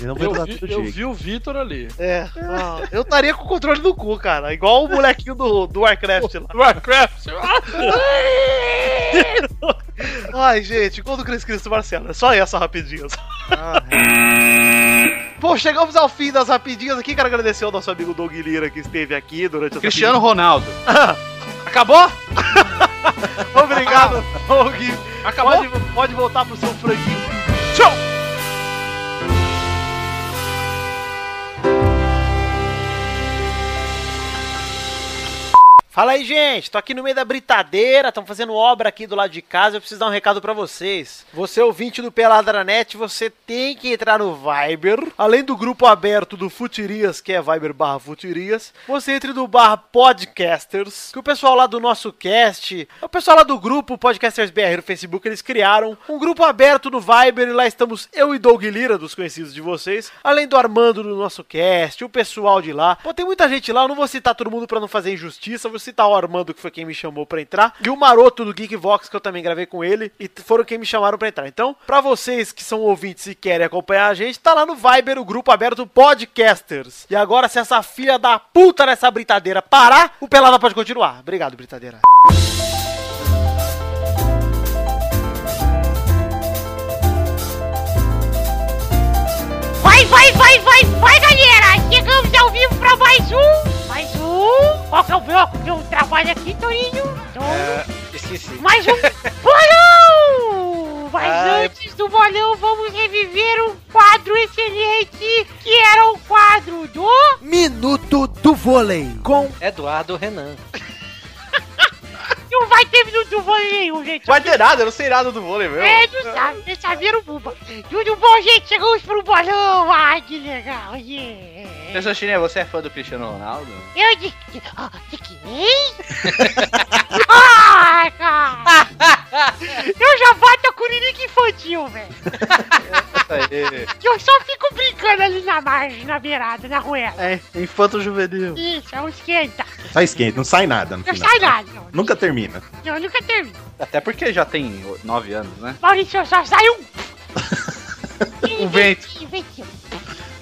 Speaker 4: Ele não vai
Speaker 13: Eu
Speaker 4: dar
Speaker 13: vi,
Speaker 4: todo
Speaker 13: eu
Speaker 4: jeito.
Speaker 13: vi o Vitor ali.
Speaker 3: É, não, eu estaria com o controle no cu, cara. Igual o molequinho do, do Warcraft lá.
Speaker 13: Warcraft.
Speaker 3: Ai, gente, quando o Cris Cristo Marcelo. É só essa rapidinhas. Bom, chegamos ao fim das rapidinhas aqui. Quero agradecer ao nosso amigo Doug Lira que esteve aqui durante essa
Speaker 2: Cristiano Ronaldo.
Speaker 3: Acabou? Obrigado, Doug.
Speaker 13: Acabou?
Speaker 3: Pode, pode voltar pro seu franguinho.
Speaker 1: Fala aí, gente. Tô aqui no meio da britadeira, estamos fazendo obra aqui do lado de casa. Eu preciso dar um recado pra vocês. Você ouvinte do Peladranet, você tem que entrar no Viber. Além do grupo aberto do Futirias, que é Viber barra Futirias, você entre no barra Podcasters, que o pessoal lá do nosso cast, o pessoal lá do grupo Podcasters BR no Facebook, eles criaram um grupo aberto no Viber e lá estamos eu e Doug Lira, dos conhecidos de vocês, além do Armando do nosso cast, o pessoal de lá. Pô, tem muita gente lá, eu não vou citar todo mundo pra não fazer injustiça, vou citar o Armando, que foi quem me chamou pra entrar, e o Maroto do Geekvox, que eu também gravei com ele, e t- foram quem me chamaram pra entrar. Então, pra vocês que são ouvintes e querem acompanhar a gente, tá lá no Viber, o grupo aberto Podcasters. E agora, se essa filha da puta nessa britadeira parar, o Pelada pode continuar. Obrigado, britadeira.
Speaker 11: Vai, vai, vai, vai, vai, galera! Chegamos ao vivo pra mais um! Mais um! Qual que é o bloco que eu trabalho aqui, Torinho? Então,
Speaker 7: Esqueci.
Speaker 11: mais um bolão! Mas
Speaker 7: Ah, é-
Speaker 11: antes do bolão, vamos reviver um quadro excelente, que era o quadro do...
Speaker 1: Minuto do vôlei com
Speaker 7: Eduardo Renan.
Speaker 11: Não vai ter minuto do vôlei nenhum, gente.
Speaker 14: Vai ter nada, eu não sei nada do vôlei, meu.
Speaker 11: É, não sabe, vocês sabiam, Buba. Tudo bom, gente? Chegamos pro bolão! Ai, que legal, yeah!
Speaker 2: Seu China, você é fã do Cristiano Ronaldo?
Speaker 11: Eu de. ah, De quem? ah, cara! Eu já bato a curirica infantil, velho. Que eu só fico brincando ali na margem, na beirada, na ruela.
Speaker 3: É, infanto juvenil.
Speaker 11: Isso, é um esquenta.
Speaker 4: Sai esquenta, não sai nada no
Speaker 11: Não
Speaker 4: final.
Speaker 11: sai nada, não.
Speaker 4: Nunca termina.
Speaker 11: Eu nunca termino.
Speaker 2: Até porque já tem o- nove anos, né?
Speaker 11: Maurício, só sai um.
Speaker 2: Um vento.
Speaker 11: Ih, vem aqui.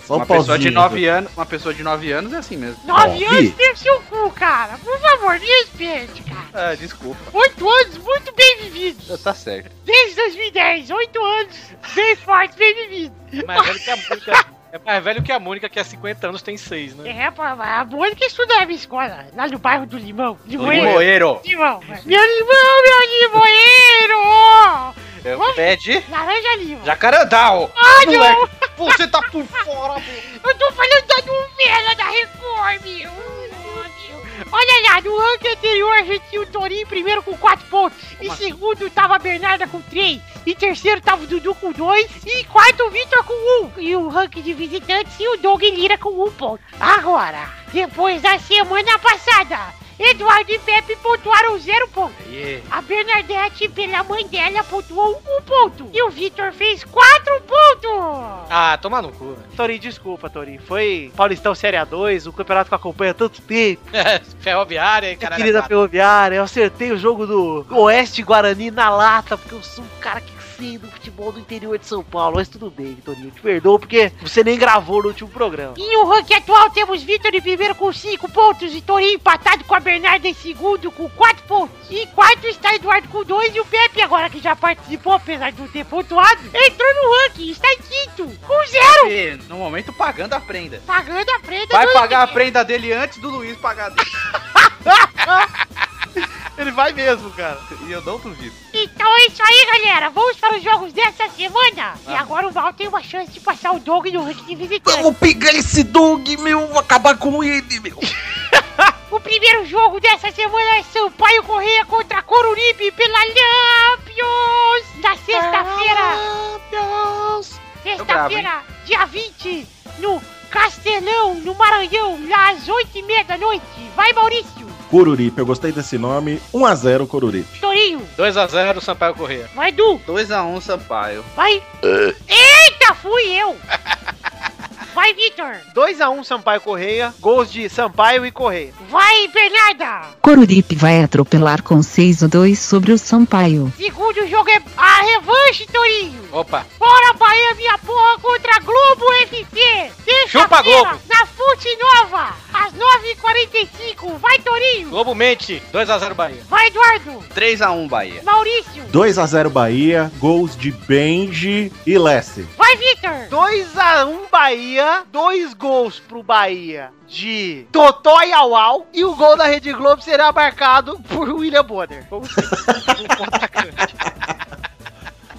Speaker 4: Só
Speaker 2: uma
Speaker 4: o
Speaker 2: pessoa de
Speaker 4: pauzinho.
Speaker 2: nove anos, uma pessoa de nove anos é assim mesmo.
Speaker 11: Nove
Speaker 4: Ó,
Speaker 11: anos
Speaker 4: ih.
Speaker 11: tem seu cu, cara. Por favor, me respeite, cara.
Speaker 2: Ah, desculpa,
Speaker 11: Oito anos muito bem vividos.
Speaker 2: tá certo.
Speaker 11: Desde 2010, oito anos bem fortes, bem vividos.
Speaker 7: É Mais velho que a Mônica. É mais velho que a Mônica, que há 50 anos tem 6, né?
Speaker 11: É, pô, a Mônica estuda na minha escola, lá no bairro do Limão. Limoeiro.
Speaker 2: Limoeiro.
Speaker 11: Limão. Meu limão, meu limoeiro!
Speaker 7: É
Speaker 2: Eu
Speaker 11: Vamos.
Speaker 2: pede
Speaker 11: Laranja lima.
Speaker 2: jacarandau.
Speaker 11: Ah, não!
Speaker 2: Moleque, você tá por fora, meu.
Speaker 11: Eu tô falando da novela um da Record, meu. Meu. Olha lá, no ranking anterior a gente tinha o Torinho em primeiro com 4 pontos. Em segundo tava a Bernarda com 3. Em terceiro tava o Dudu com 2. E em quarto o Vitor com 1. E o ranking de visitantes e o Doug Lira com 1 ponto. Agora, depois da semana passada, Eduardo e Pepe pontuaram 0 ponto. A Bernadette, pela mãe dela, pontuou 1 ponto. E o Vitor fez 4 pontos.
Speaker 7: Ah, toma no cu, velho.
Speaker 3: Torinho, desculpa, Torinho. Foi Paulistão Série A2, um campeonato que eu acompanho há tanto tempo.
Speaker 7: Ferroviária,
Speaker 3: Minha
Speaker 7: caralho. é
Speaker 3: querida ferroviária, eu acertei o jogo do Oeste Guarani na lata, porque eu sou um cara que sei do futebol do interior de São Paulo. Mas tudo bem, Torinho, te perdoo, porque você nem gravou no último programa.
Speaker 11: E o ranking atual temos Vitor em primeiro com 5 pontos e Torinho empatado com a Bernarda em segundo com 4 pontos. E em quarto está Eduardo com 2 e o Pepe, agora que já participou, apesar de não ter pontuado, entrou no ranking, está em quinto, com 0.
Speaker 2: E, No momento pagando a prenda.
Speaker 11: Pagando a prenda
Speaker 2: Vai
Speaker 11: do-
Speaker 2: pagar a prenda dele antes do Luiz pagar. dele.
Speaker 3: Ele vai mesmo, cara.
Speaker 2: E eu não duvido.
Speaker 11: Então é isso aí, galera. Vamos para os jogos dessa semana. E
Speaker 15: Ah.
Speaker 11: agora o Val tem uma chance de passar o Doug no ranking de visitantes.
Speaker 15: Vamos pegar Então, esse Doug, meu, vou acabar com ele, meu.
Speaker 11: O primeiro jogo dessa semana é Sampaio Correia contra Coruripe pela Lampions! Na sexta-feira!
Speaker 15: Ah,
Speaker 11: Sexta-feira, dia 20, no Castelão, no Maranhão, lá às 8h30 da noite. Vai, Maurício!
Speaker 4: Coruripe, eu gostei desse nome. 1x0 Coruripe.
Speaker 11: Torinho!
Speaker 7: 2x0 Sampaio Corrêa.
Speaker 11: Vai, Du!
Speaker 2: 2x1 Sampaio.
Speaker 11: Vai! Eita, fui eu! Vai, Vitor!
Speaker 3: 2x1 Sampaio Correia, gols de Sampaio e Correia.
Speaker 11: Vai, Bernarda!
Speaker 16: Coruripe vai atropelar com 6 ou 2 sobre o Sampaio.
Speaker 11: Segundo jogo é a revanche, Torinho!
Speaker 7: Opa,
Speaker 11: Bora Bahia, minha porra, contra Globo FC! que ter.
Speaker 7: Chupa,
Speaker 11: Sexta-feira,
Speaker 7: Globo.
Speaker 11: Na Fute Nova, às 9h45. Vai, Torinho.
Speaker 7: Globo mente, 2x0 Bahia.
Speaker 11: Vai, Eduardo.
Speaker 2: 3x1 Bahia.
Speaker 11: Maurício.
Speaker 4: 2x0 Bahia, gols de Benji e Lessie.
Speaker 11: Vai, Vitor.
Speaker 1: 2x1 Bahia, dois gols pro Bahia de Totó e Auau. E o gol da Rede Globo será marcado por William Bonner.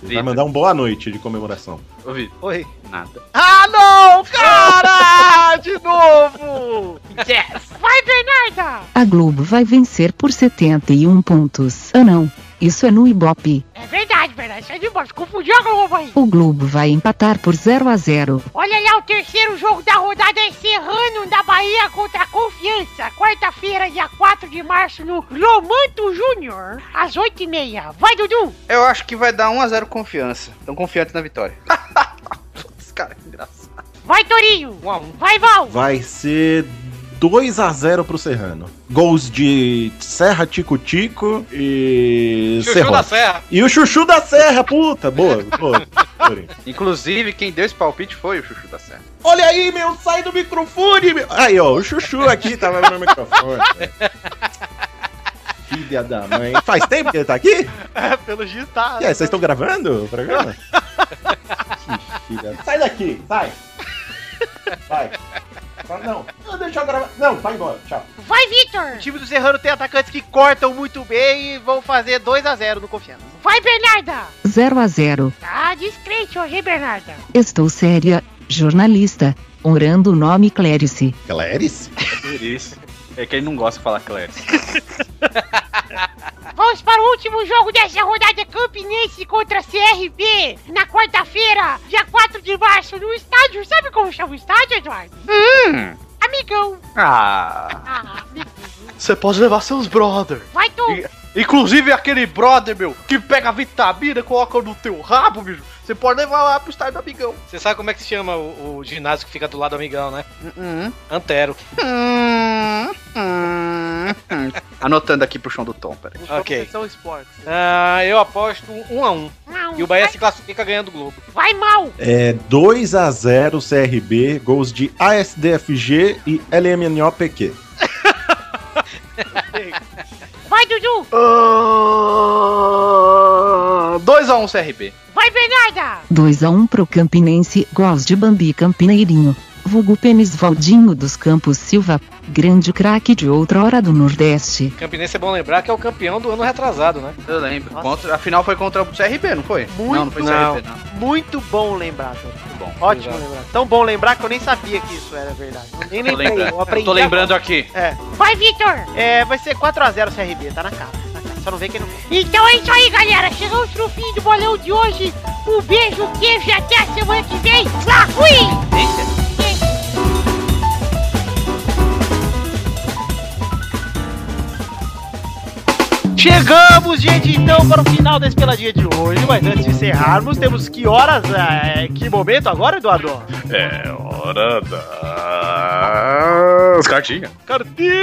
Speaker 4: Ele vai mandar um boa noite de comemoração.
Speaker 2: Ô, Vitor.
Speaker 1: Oi.
Speaker 2: Nada.
Speaker 1: ah, não,
Speaker 3: Ah,
Speaker 1: cara! De novo!
Speaker 11: Yes. Vai, Bernarda.
Speaker 16: A Globo vai vencer por 71 pontos. Ah, não. Isso é no Ibope.
Speaker 11: É verdade, Bernarda. Isso é de boa. Se Confundiu a Globo aí.
Speaker 16: O Globo vai empatar por 0 a 0.
Speaker 11: Olha lá, o terceiro jogo da rodada é Serrano da Bahia contra a Confiança. Quarta-feira, dia 4 de março, no Lomanto Júnior, às 8h30. Vai, Dudu!
Speaker 2: Eu acho que vai dar 1x0 confiança. Tão confiante na vitória. Putz, cara, que engraçado.
Speaker 11: Vai, Torinho!
Speaker 7: Um
Speaker 11: Vai, Val!
Speaker 4: Vai ser 2x0 pro Serrano. Gols de Serra Tico Tico e.
Speaker 2: Chuchu
Speaker 4: Serrote.
Speaker 2: da Serra.
Speaker 4: E o Chuchu da Serra, puta! Boa, boa. Torinho.
Speaker 2: Inclusive, quem deu esse palpite foi o Chuchu da Serra.
Speaker 4: Olha aí, meu, sai do microfone, meu. Aí, ó, o Chuchu aqui tava no microfone. Filha da mãe. Faz tempo que ele tá aqui?
Speaker 1: É, pelo jeito tá.
Speaker 4: E aí, vocês estão gravando o programa? Que filha. Sai daqui, sai. Vai. Fala, Não, não, deixa eu gravar. Não, vai embora, tchau.
Speaker 11: Vai, Vitor!
Speaker 1: O time do Serrano tem atacantes que cortam muito bem e vão fazer 2x0 no Confiança.
Speaker 11: Vai, Bernarda!
Speaker 16: 0 a 0.
Speaker 11: Tá descrente hoje, hein, Bernarda?
Speaker 16: Estou séria, jornalista, orando o nome Clérice.
Speaker 4: Clérice?
Speaker 2: Clarice. É que ele não gosta de falar Clarice.
Speaker 11: Vamos para o último jogo dessa rodada Campinense contra CRB na quarta-feira, dia 4 de março, no estádio. Sabe como chama o estádio, Eduardo?
Speaker 2: Hum.
Speaker 11: Amigão!
Speaker 2: Ah.
Speaker 11: Ah, amigão.
Speaker 6: Você pode levar seus brother.
Speaker 11: Vai, tu!
Speaker 6: Inclusive aquele brother, meu, que pega vitamina e coloca no teu rabo, bicho. Você pode levar lá pro estádio do amigão.
Speaker 7: Você sabe como é que se chama o, o ginásio que fica do lado do amigão, né?
Speaker 2: Uhum.
Speaker 7: Antero.
Speaker 2: Anotando aqui pro chão do Tom, peraí.
Speaker 7: Ok. Ah, eu aposto um a um. E o Bahia se classifica ganhando o Globo.
Speaker 11: Vai mal!
Speaker 4: É 2x0 CRB, gols de ASDFG e LMNOPQ.
Speaker 11: Vai, Dudu!
Speaker 2: 2x1 CRB.
Speaker 11: Vai, Bernarda!
Speaker 16: 2 a 1 pro Campinense, gols de Bambi Campineirinho. Vulgo Pênis Valdinho dos Campos Silva, grande craque de outrora do Nordeste.
Speaker 7: Campinense é bom lembrar que é o campeão do ano retrasado, né?
Speaker 2: Eu lembro. Contra, a final foi contra o CRB, não foi?
Speaker 1: Muito,
Speaker 2: não, não foi
Speaker 1: não.
Speaker 2: CRB, não.
Speaker 1: Muito bom lembrar, Torinho.
Speaker 2: Bom,
Speaker 1: Ótimo
Speaker 2: exato.
Speaker 1: lembrar. Tão bom lembrar que eu nem sabia que isso era verdade. Eu nem
Speaker 2: Tô
Speaker 1: lembrei,
Speaker 2: lembrando.
Speaker 1: eu aprendi.
Speaker 2: Tô lembrando
Speaker 1: agora.
Speaker 2: aqui.
Speaker 1: É.
Speaker 11: Vai, Vitor!
Speaker 1: É, vai ser 4x0 CRB, tá na cara. tá na cara. Só não vê quem não.
Speaker 11: Então é isso aí, galera. Chegamos pro fim do bolão de hoje. Um beijo, queijo e até a semana que vem. Lá, fui!
Speaker 1: Chegamos, gente, então, para o final desse peladinha de hoje. Mas antes de encerrarmos, temos que horas, é, que momento agora, Eduardo?
Speaker 17: É hora das cartinhas.
Speaker 6: Cartinhas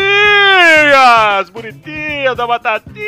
Speaker 6: bonitinhas da batatinha.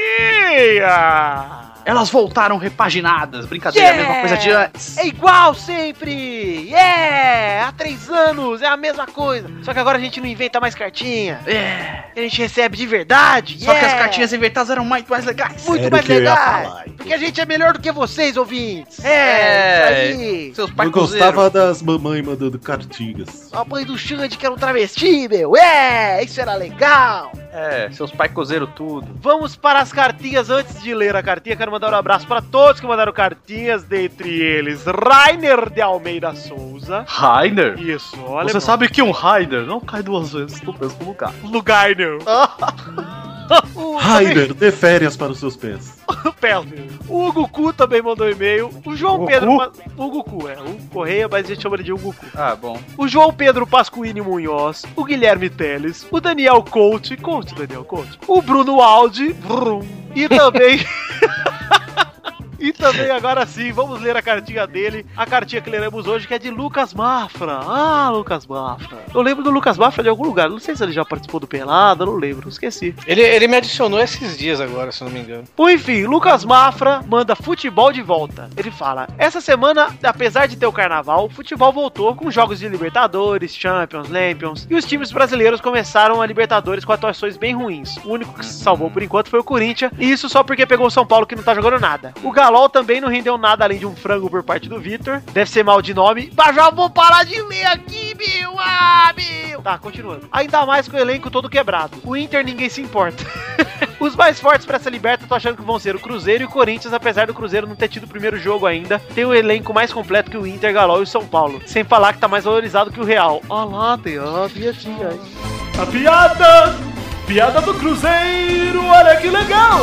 Speaker 2: Elas voltaram repaginadas. Brincadeira, né? a mesma coisa de antes.
Speaker 1: É igual sempre! É! Há três anos é a mesma coisa. Só que agora a gente não inventa mais cartinha.
Speaker 2: É.
Speaker 1: A gente recebe de verdade.
Speaker 2: Só que as
Speaker 1: yeah.
Speaker 2: cartinhas inventadas eram muito mais legais.
Speaker 1: Muito
Speaker 4: Era o
Speaker 1: mais
Speaker 4: que eu ia
Speaker 1: legais.
Speaker 4: falar,
Speaker 1: Porque a gente é melhor do que vocês, ouvintes. É,
Speaker 2: É.
Speaker 1: isso aí.
Speaker 2: Seus pais
Speaker 4: Eu gostava das mamães mandando cartinhas.
Speaker 1: A mãe do Xande que era um travesti, meu. É, isso era legal.
Speaker 2: É, seus pais cozeram tudo.
Speaker 1: Vamos para as cartinhas. Antes de ler a cartinha, quero mandar um abraço para todos que mandaram cartinhas, dentre eles Rainer de Almeida Souza.
Speaker 2: Rainer?
Speaker 1: Isso, olha.
Speaker 6: Você sabe que um Raider não cai duas vezes no mesmo lugar.
Speaker 1: Lugar, meu. O-
Speaker 4: Raider, dê férias para os seus pés.
Speaker 1: do pé. O Hugo Cu também mandou um e-mail. O João
Speaker 4: Hugo
Speaker 1: Pedro.
Speaker 4: Cu?
Speaker 1: Pa- Hugo Cu, é. Hugo Correia, mas a gente chama ele de Hugo Cu.
Speaker 2: Ah, bom.
Speaker 1: O João Pedro Pasquini Munhoz, o Guilherme Teles, o Daniel Coach, Coach Daniel Coach, o Bruno Aldi, Vrum, e também E também agora sim, vamos ler a cartinha dele. A cartinha que leremos hoje que é de Lucas Mafra. Ah, Lucas Mafra. Eu lembro do Lucas Mafra de algum lugar. Não sei se ele já participou do Pelada, não lembro, esqueci.
Speaker 7: Ele, ele me adicionou esses dias agora, se eu não me engano.
Speaker 1: Bom, enfim, Lucas Mafra manda futebol de volta. Ele fala: Essa semana, apesar de ter o carnaval, o futebol voltou com jogos de Libertadores, Champions, Lampions. E os times brasileiros começaram a Libertadores com atuações bem ruins. O único que se salvou por enquanto foi o Corinthians. E isso só porque pegou o São Paulo que não tá jogando nada. O Galol também não rendeu nada além de um frango por parte do Vitor. Deve ser mal de nome. Mas já vou parar de ler aqui, meu! Ah, meu! Tá, continuando. Ainda mais com o elenco todo quebrado. O Inter ninguém se importa. Os mais fortes pra essa liberta eu tô achando que vão ser o Cruzeiro e o Corinthians, apesar do Cruzeiro não ter tido o primeiro jogo ainda. Tem um elenco mais completo que o Inter, Galol e o São Paulo. Sem falar que tá mais valorizado que o Real. Ó lá, tem a piadinha aí. A piada! Piada do Cruzeiro, olha que legal!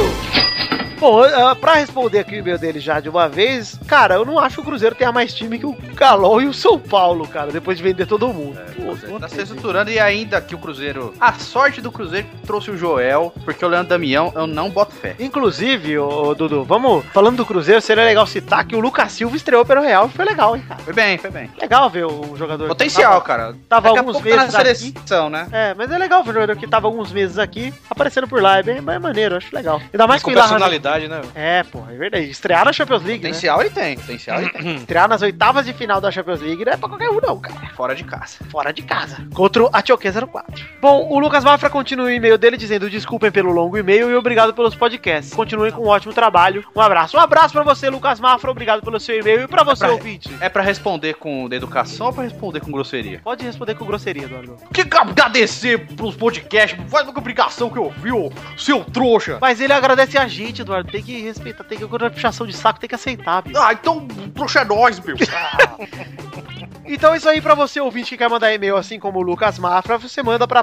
Speaker 1: Bom, ah, pra responder aqui o e-mail dele já de uma vez, cara, eu não acho que o Cruzeiro tenha mais time que o Galol e o São Paulo, cara, depois de vender todo mundo. Pô,
Speaker 2: Cruzeiro Tá se estruturando e ainda que o Cruzeiro. A sorte do Cruzeiro trouxe o Joel, porque o Leandro Damião eu não boto fé.
Speaker 1: Inclusive, ô, ô, Dudu, vamos falando do Cruzeiro, seria legal citar que o Lucas Silva estreou pelo Real e foi legal, hein, cara.
Speaker 2: Foi bem, foi bem.
Speaker 1: Legal ver o jogador.
Speaker 2: Potencial,
Speaker 1: que
Speaker 2: cara.
Speaker 1: Tava
Speaker 2: Daqui a
Speaker 1: alguns
Speaker 2: pouco tá na
Speaker 1: meses
Speaker 2: seleção, né?
Speaker 1: É, mas é legal ver o jogador que tava alguns meses aqui aparecendo por lá. É bem, bem maneiro, acho legal. Ainda mais
Speaker 7: com
Speaker 1: que o Ilharra-
Speaker 7: personalidade, né?
Speaker 1: É, porra, é verdade. Estrear na Champions League.
Speaker 2: Potencial
Speaker 1: né?
Speaker 2: ele tem, potencial ele tem.
Speaker 1: Estrear nas oitavas de final da Champions League não é pra qualquer um, não, cara.
Speaker 2: Fora de casa.
Speaker 1: Fora de casa. Contra o Atioque 04. Bom, o Lucas Mafra continua o e-mail dele dizendo desculpem pelo longo e-mail e obrigado pelos podcasts. Continuem com um ótimo trabalho. Um abraço. Um abraço pra você, Lucas Mafra. Obrigado pelo seu e-mail e pra você,
Speaker 2: pra-
Speaker 1: ouvinte.
Speaker 2: É pra responder com da educação ou pra responder com grosseria?
Speaker 1: Pode responder com grosseria, Eduardo.
Speaker 2: Que que agradecer pros podcasts, não faz uma obrigação que eu vi, ô, seu trouxa.
Speaker 1: Mas ele agradece a gente, Eduardo. Tem que respeitar, tem que quando é puxação de saco, tem que aceitar, bicho.
Speaker 2: Ah, então trouxa é nós, meu.
Speaker 1: Então é isso aí pra você, ouvinte que quer mandar e-mail assim como o Lucas Mafra, você manda pra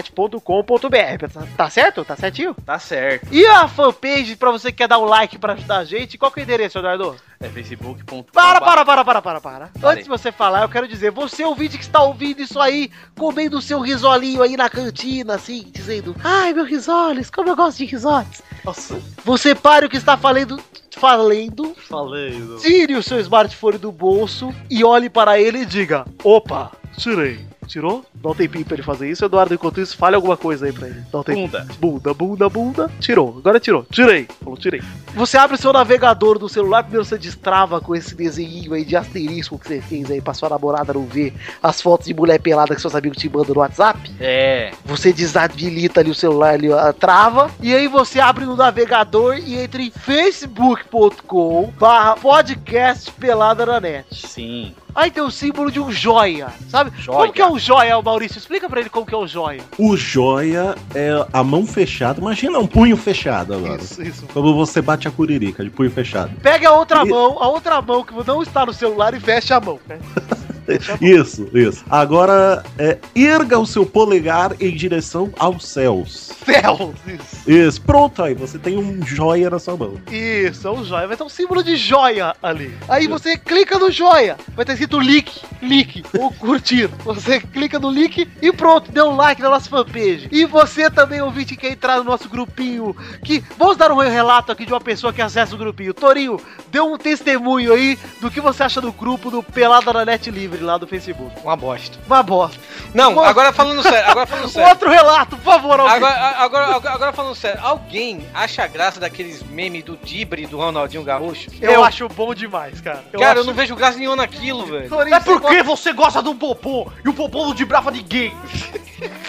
Speaker 1: podcast@peladranet.com.br. Tá, tá certo? Tá certinho?
Speaker 2: Tá certo.
Speaker 1: E a fanpage pra você que quer dar um like pra ajudar a gente? Qual que é o endereço, Eduardo?
Speaker 2: É facebook.com.
Speaker 1: Para, para, para, para, para, para.
Speaker 2: Falei.
Speaker 1: Antes de você falar, eu quero dizer, você ouvinte que está ouvindo isso aí, comendo o seu risolinho aí na cantina, assim, dizendo, ai, meu risoles, como eu gosto de risoles. Nossa. Você pare o que está falando, falando,
Speaker 6: Falei.
Speaker 1: tire o seu smartphone do bolso e olhe para ele e diga, opa, tirei. Tirou? Dá um tempinho pra ele fazer isso, Eduardo, enquanto isso, fale alguma coisa aí pra ele. Dá um tempinho.
Speaker 2: Bunda.
Speaker 1: Bunda, bunda, bunda. Tirou. Agora tirou. Tirei. Falou, tirei. Você abre o seu navegador do celular, primeiro você destrava com esse desenho aí de asterisco que você fez aí pra sua namorada não ver as fotos de mulher pelada que seus amigos te mandam no WhatsApp.
Speaker 2: É.
Speaker 1: Você desabilita ali o celular, ali a trava. E aí você abre no navegador e entra em facebook.com barra podcast pelada na net.
Speaker 2: Sim.
Speaker 1: Aí tem o símbolo de um joia, sabe?
Speaker 2: Joia.
Speaker 1: Como que é um joia, Maurício? Explica pra ele como que é um joia.
Speaker 4: O joia é a mão fechada. Imagina um punho fechado agora.
Speaker 1: Isso, isso.
Speaker 4: Como você bate a curirica de punho fechado.
Speaker 1: Pega a outra mão, a outra mão que não está no celular e fecha a mão.
Speaker 4: Isso, isso. Agora, é, erga o seu polegar em direção aos céus.
Speaker 1: Céu!
Speaker 4: Isso, pronto aí, você tem um joia na sua mão.
Speaker 1: Isso, é um joia. Vai ter um símbolo de joia ali. Aí você clica no joia. Vai ter escrito like, like, ou curtir. Você clica no like e pronto, deu um like na nossa fanpage. E você também, ouvinte, quer entrar no nosso grupinho. Que Vamos dar um relato aqui de uma pessoa que acessa o grupinho. Torinho, deu um testemunho aí do que você acha do grupo do Pelada na Net Livre lá do Facebook.
Speaker 7: Uma bosta.
Speaker 1: Uma bosta.
Speaker 7: Não,
Speaker 1: Uma-
Speaker 7: agora falando sério, agora falando sério.
Speaker 1: Outro relato, por favor, alguém.
Speaker 7: Agora, agora, agora, agora falando sério, alguém acha graça daqueles memes do Dibre do Ronaldinho Gaúcho?
Speaker 1: Eu, acho bom demais, cara.
Speaker 7: cara, eu
Speaker 1: acho-
Speaker 7: não vejo graça nenhuma naquilo, velho.
Speaker 1: Torinho,
Speaker 6: É porque
Speaker 1: gosta-
Speaker 6: você gosta
Speaker 2: um
Speaker 6: do Popô e o Popô não dibrava ninguém.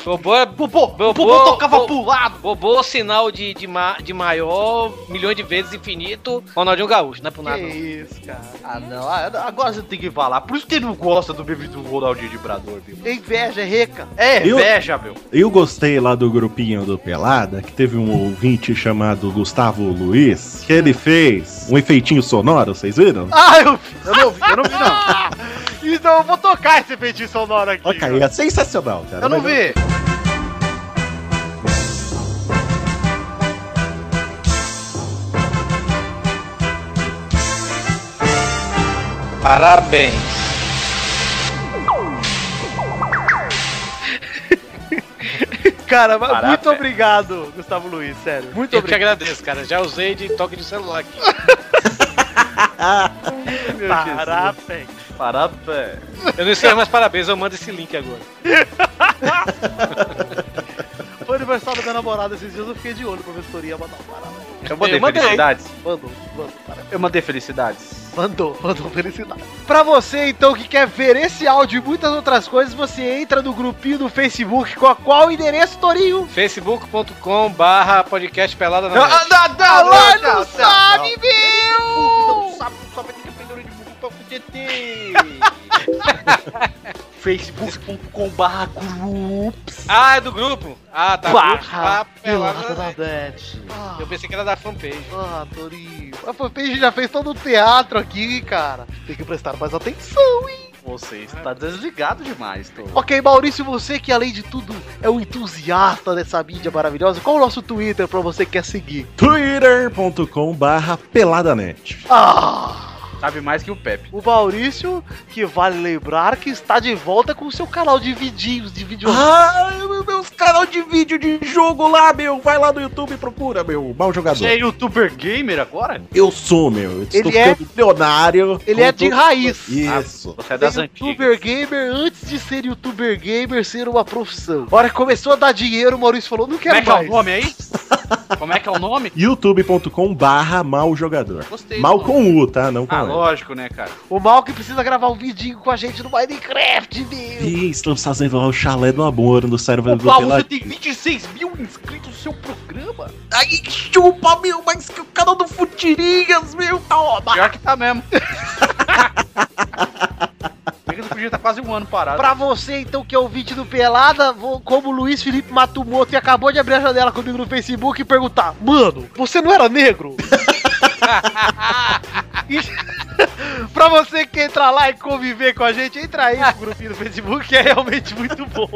Speaker 7: Bobô é.
Speaker 6: Popô,
Speaker 7: Bobô,
Speaker 6: Popô tocava pro
Speaker 7: lado. Bobô, sinal de, de, ma- de maior, milhões de vezes infinito, Ronaldinho Gaúcho, não é por nada. não.
Speaker 1: isso, cara.
Speaker 2: Ah, não, ah, não, agora você tem que falar. Por isso que ele não gosta do bebê do Ronaldinho de Brador, meu.
Speaker 1: Inveja, é reca.
Speaker 2: É,
Speaker 4: Eu-
Speaker 2: inveja, meu.
Speaker 4: Eu gostei lá do grupinho do Pelada, que teve um ouvinte chamado Gustavo Luiz, que ele fez um efeitinho sonoro, vocês viram?
Speaker 1: Ah, eu, eu não vi, eu não vi, não. então eu vou tocar esse feitiço sonoro aqui.
Speaker 4: Olha, cara, é sensacional, cara.
Speaker 1: Eu não
Speaker 4: Mas-
Speaker 1: vi.
Speaker 7: Parabéns.
Speaker 3: Cara, mas
Speaker 7: Parar,
Speaker 3: muito
Speaker 7: velho.
Speaker 3: obrigado, Gustavo Luiz, sério. Muito
Speaker 7: eu que
Speaker 3: obrigado.
Speaker 7: agradeço, cara. Já usei de toque de celular aqui.
Speaker 3: Parar, velho.
Speaker 7: Parabéns. Eu não escrevo mais parabéns, eu mando esse link agora.
Speaker 3: Foi aniversário da minha namorada esses dias, eu fiquei de olho pra vistoria mandar um parabéns.
Speaker 2: Então Eu mandei
Speaker 3: Eu mandei.
Speaker 2: felicidades.
Speaker 3: Mandou, mandou, parabéns.
Speaker 2: Eu mandei felicidades.
Speaker 3: Mandou, mandou felicidade. Pra você, então, que quer ver esse áudio e muitas outras coisas, você entra no grupinho do Facebook com a qual endereço, Torinho?
Speaker 7: facebook.com barra podcast pelada na net.
Speaker 3: Ah, lá, não
Speaker 7: não,
Speaker 3: sabe,
Speaker 7: não.
Speaker 3: viu?
Speaker 18: Não sabe, só vai ter que aprender de burro pra FGT.
Speaker 7: facebook.com.br groups. Ah, é do grupo? Ah, tá.
Speaker 3: Barra
Speaker 7: Groups, tá, pelada
Speaker 3: Pelada
Speaker 7: na
Speaker 3: da
Speaker 7: net.
Speaker 1: Ah,
Speaker 7: Eu pensei que era da fanpage.
Speaker 3: Ah, Torinho. A fanpage já fez todo o teatro aqui, cara. Tem que prestar mais atenção, hein?
Speaker 2: Você está Tá desligado demais, tô.
Speaker 3: Ok, Maurício, você que além de tudo é um entusiasta dessa mídia maravilhosa, qual o nosso Twitter pra você que quer seguir?
Speaker 4: twitter.com barra peladanet.
Speaker 3: Ah!
Speaker 2: Sabe mais que o Pepe.
Speaker 3: O Maurício, que vale lembrar que está de volta com o seu canal de vidinhos, de vídeo.
Speaker 4: Ah, meu- meus canal de vídeo de jogo lá, meu. Vai lá no YouTube e procura, meu. Mal jogador.
Speaker 2: Você é youtuber gamer agora?
Speaker 4: Eu sou, meu. Eu estou
Speaker 3: Ele é-
Speaker 4: ficando milionário.
Speaker 3: Ele é de
Speaker 4: Todo-
Speaker 3: raiz.
Speaker 4: Isso.
Speaker 2: Você é
Speaker 3: Ser um youtuber gamer antes de ser youtuber gamer ser uma profissão. A hora que começou a dar dinheiro, o Maurício falou: não quero
Speaker 2: Como é que é
Speaker 3: mais.
Speaker 2: o nome aí? Como é que é o nome?
Speaker 4: youtube.com barra mal jogador.
Speaker 3: Gostei
Speaker 4: mal
Speaker 3: do
Speaker 4: com U, tá? Não com
Speaker 2: Ah,
Speaker 4: ah,
Speaker 2: lógico, né, cara?
Speaker 3: O mal que precisa gravar um vidinho com a gente no Minecraft, meu.
Speaker 4: Ih, estamos fazendo o chalé do amor no cérebro do
Speaker 18: Paulo, você
Speaker 4: pelado.
Speaker 18: tem 26 mil inscritos no seu programa?
Speaker 19: Aí chupa, meu, mas que o canal do Futirinhas, meu, tá ótimo.
Speaker 2: Pior que tá mesmo. Ele podia estar quase um ano parado.
Speaker 3: Pra você, então, que é ouvinte do Pelada, vou- como o Luiz Felipe Matumoto e acabou de abrir a janela comigo no Facebook e perguntar: Mano, você não era negro? E- pra você que entrar lá e conviver com a gente, entra aí no grupinho do Facebook, que é realmente muito bom.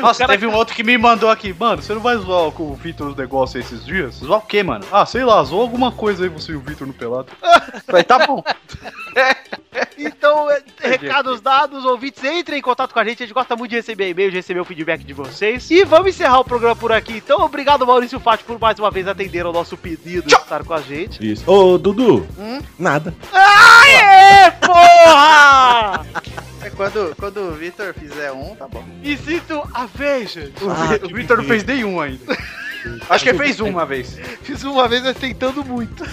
Speaker 2: Nossa, teve um outro que me mandou aqui. Mano, você não vai zoar com o Vitor os negócios esses dias? Zoar o quê, mano? Ah, sei lá, zoa alguma coisa aí você e o Vitor no pelado. Vai, tá bom.
Speaker 3: Então, é, recados dados, ouvintes, entrem em contato com a gente. A gente gosta muito de receber e-mails, de receber o feedback de vocês. E vamos encerrar o programa por aqui. Então, obrigado, Maurício Fátio, por mais uma vez atender ao nosso pedido de estar com a gente.
Speaker 4: Isso. Ô, Dudu. Nada.
Speaker 3: Aê, porra!
Speaker 18: É quando, quando o Vitor fizer um, tá bom.
Speaker 3: Me sinto a vez, gente.
Speaker 2: o Vitor não fez nenhum ainda. Acho que ele fez uma vez.
Speaker 3: Fiz uma vez, mas tentando muito.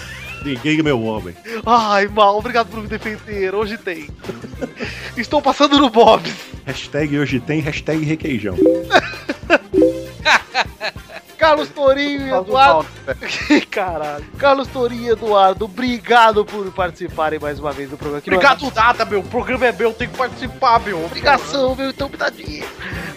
Speaker 4: Ninguém é meu homem.
Speaker 3: Ai, mal, obrigado por me defender. Hoje tem. Estou passando no Bob's.
Speaker 4: Hashtag hoje tem, hashtag requeijão.
Speaker 3: Carlos Torinho e
Speaker 7: um
Speaker 3: Eduardo.
Speaker 7: né?
Speaker 3: Caralho. Carlos Torinho e Eduardo, obrigado por participarem mais uma vez do programa. Que não é
Speaker 18: Obrigado, nada, meu. O programa é meu, tem que participar, meu.
Speaker 3: Obrigação, meu. Então me dá dinheiro.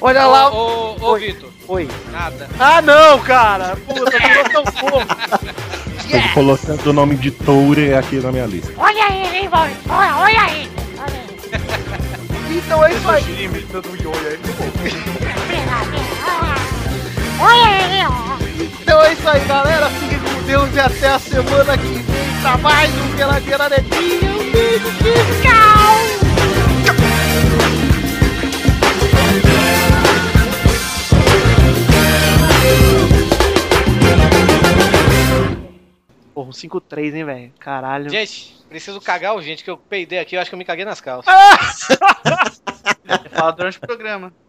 Speaker 3: Olha lá.
Speaker 7: Ô, ô, ô Vitor.
Speaker 3: Oi.
Speaker 7: Nada.
Speaker 3: Ah, não, cara. Puta, durou tão pouco.
Speaker 4: Estou colocando o nome de Toure aqui na minha lista.
Speaker 11: Olha ele, hein, Maurício? Olha, olha ele. Olha ele.
Speaker 3: Então é isso aí.
Speaker 11: Olha ele, ó.
Speaker 3: Então é isso aí, galera. Fiquem com Deus e até a semana que vem pra mais um Peladeira Netinha. Um beijo, beijo, tchau. Porra, um 5-3, hein, velho? Caralho.
Speaker 7: Gente, preciso cagar urgente, que eu peidei aqui, eu acho que eu me caguei nas calças.
Speaker 2: Fala durante o programa.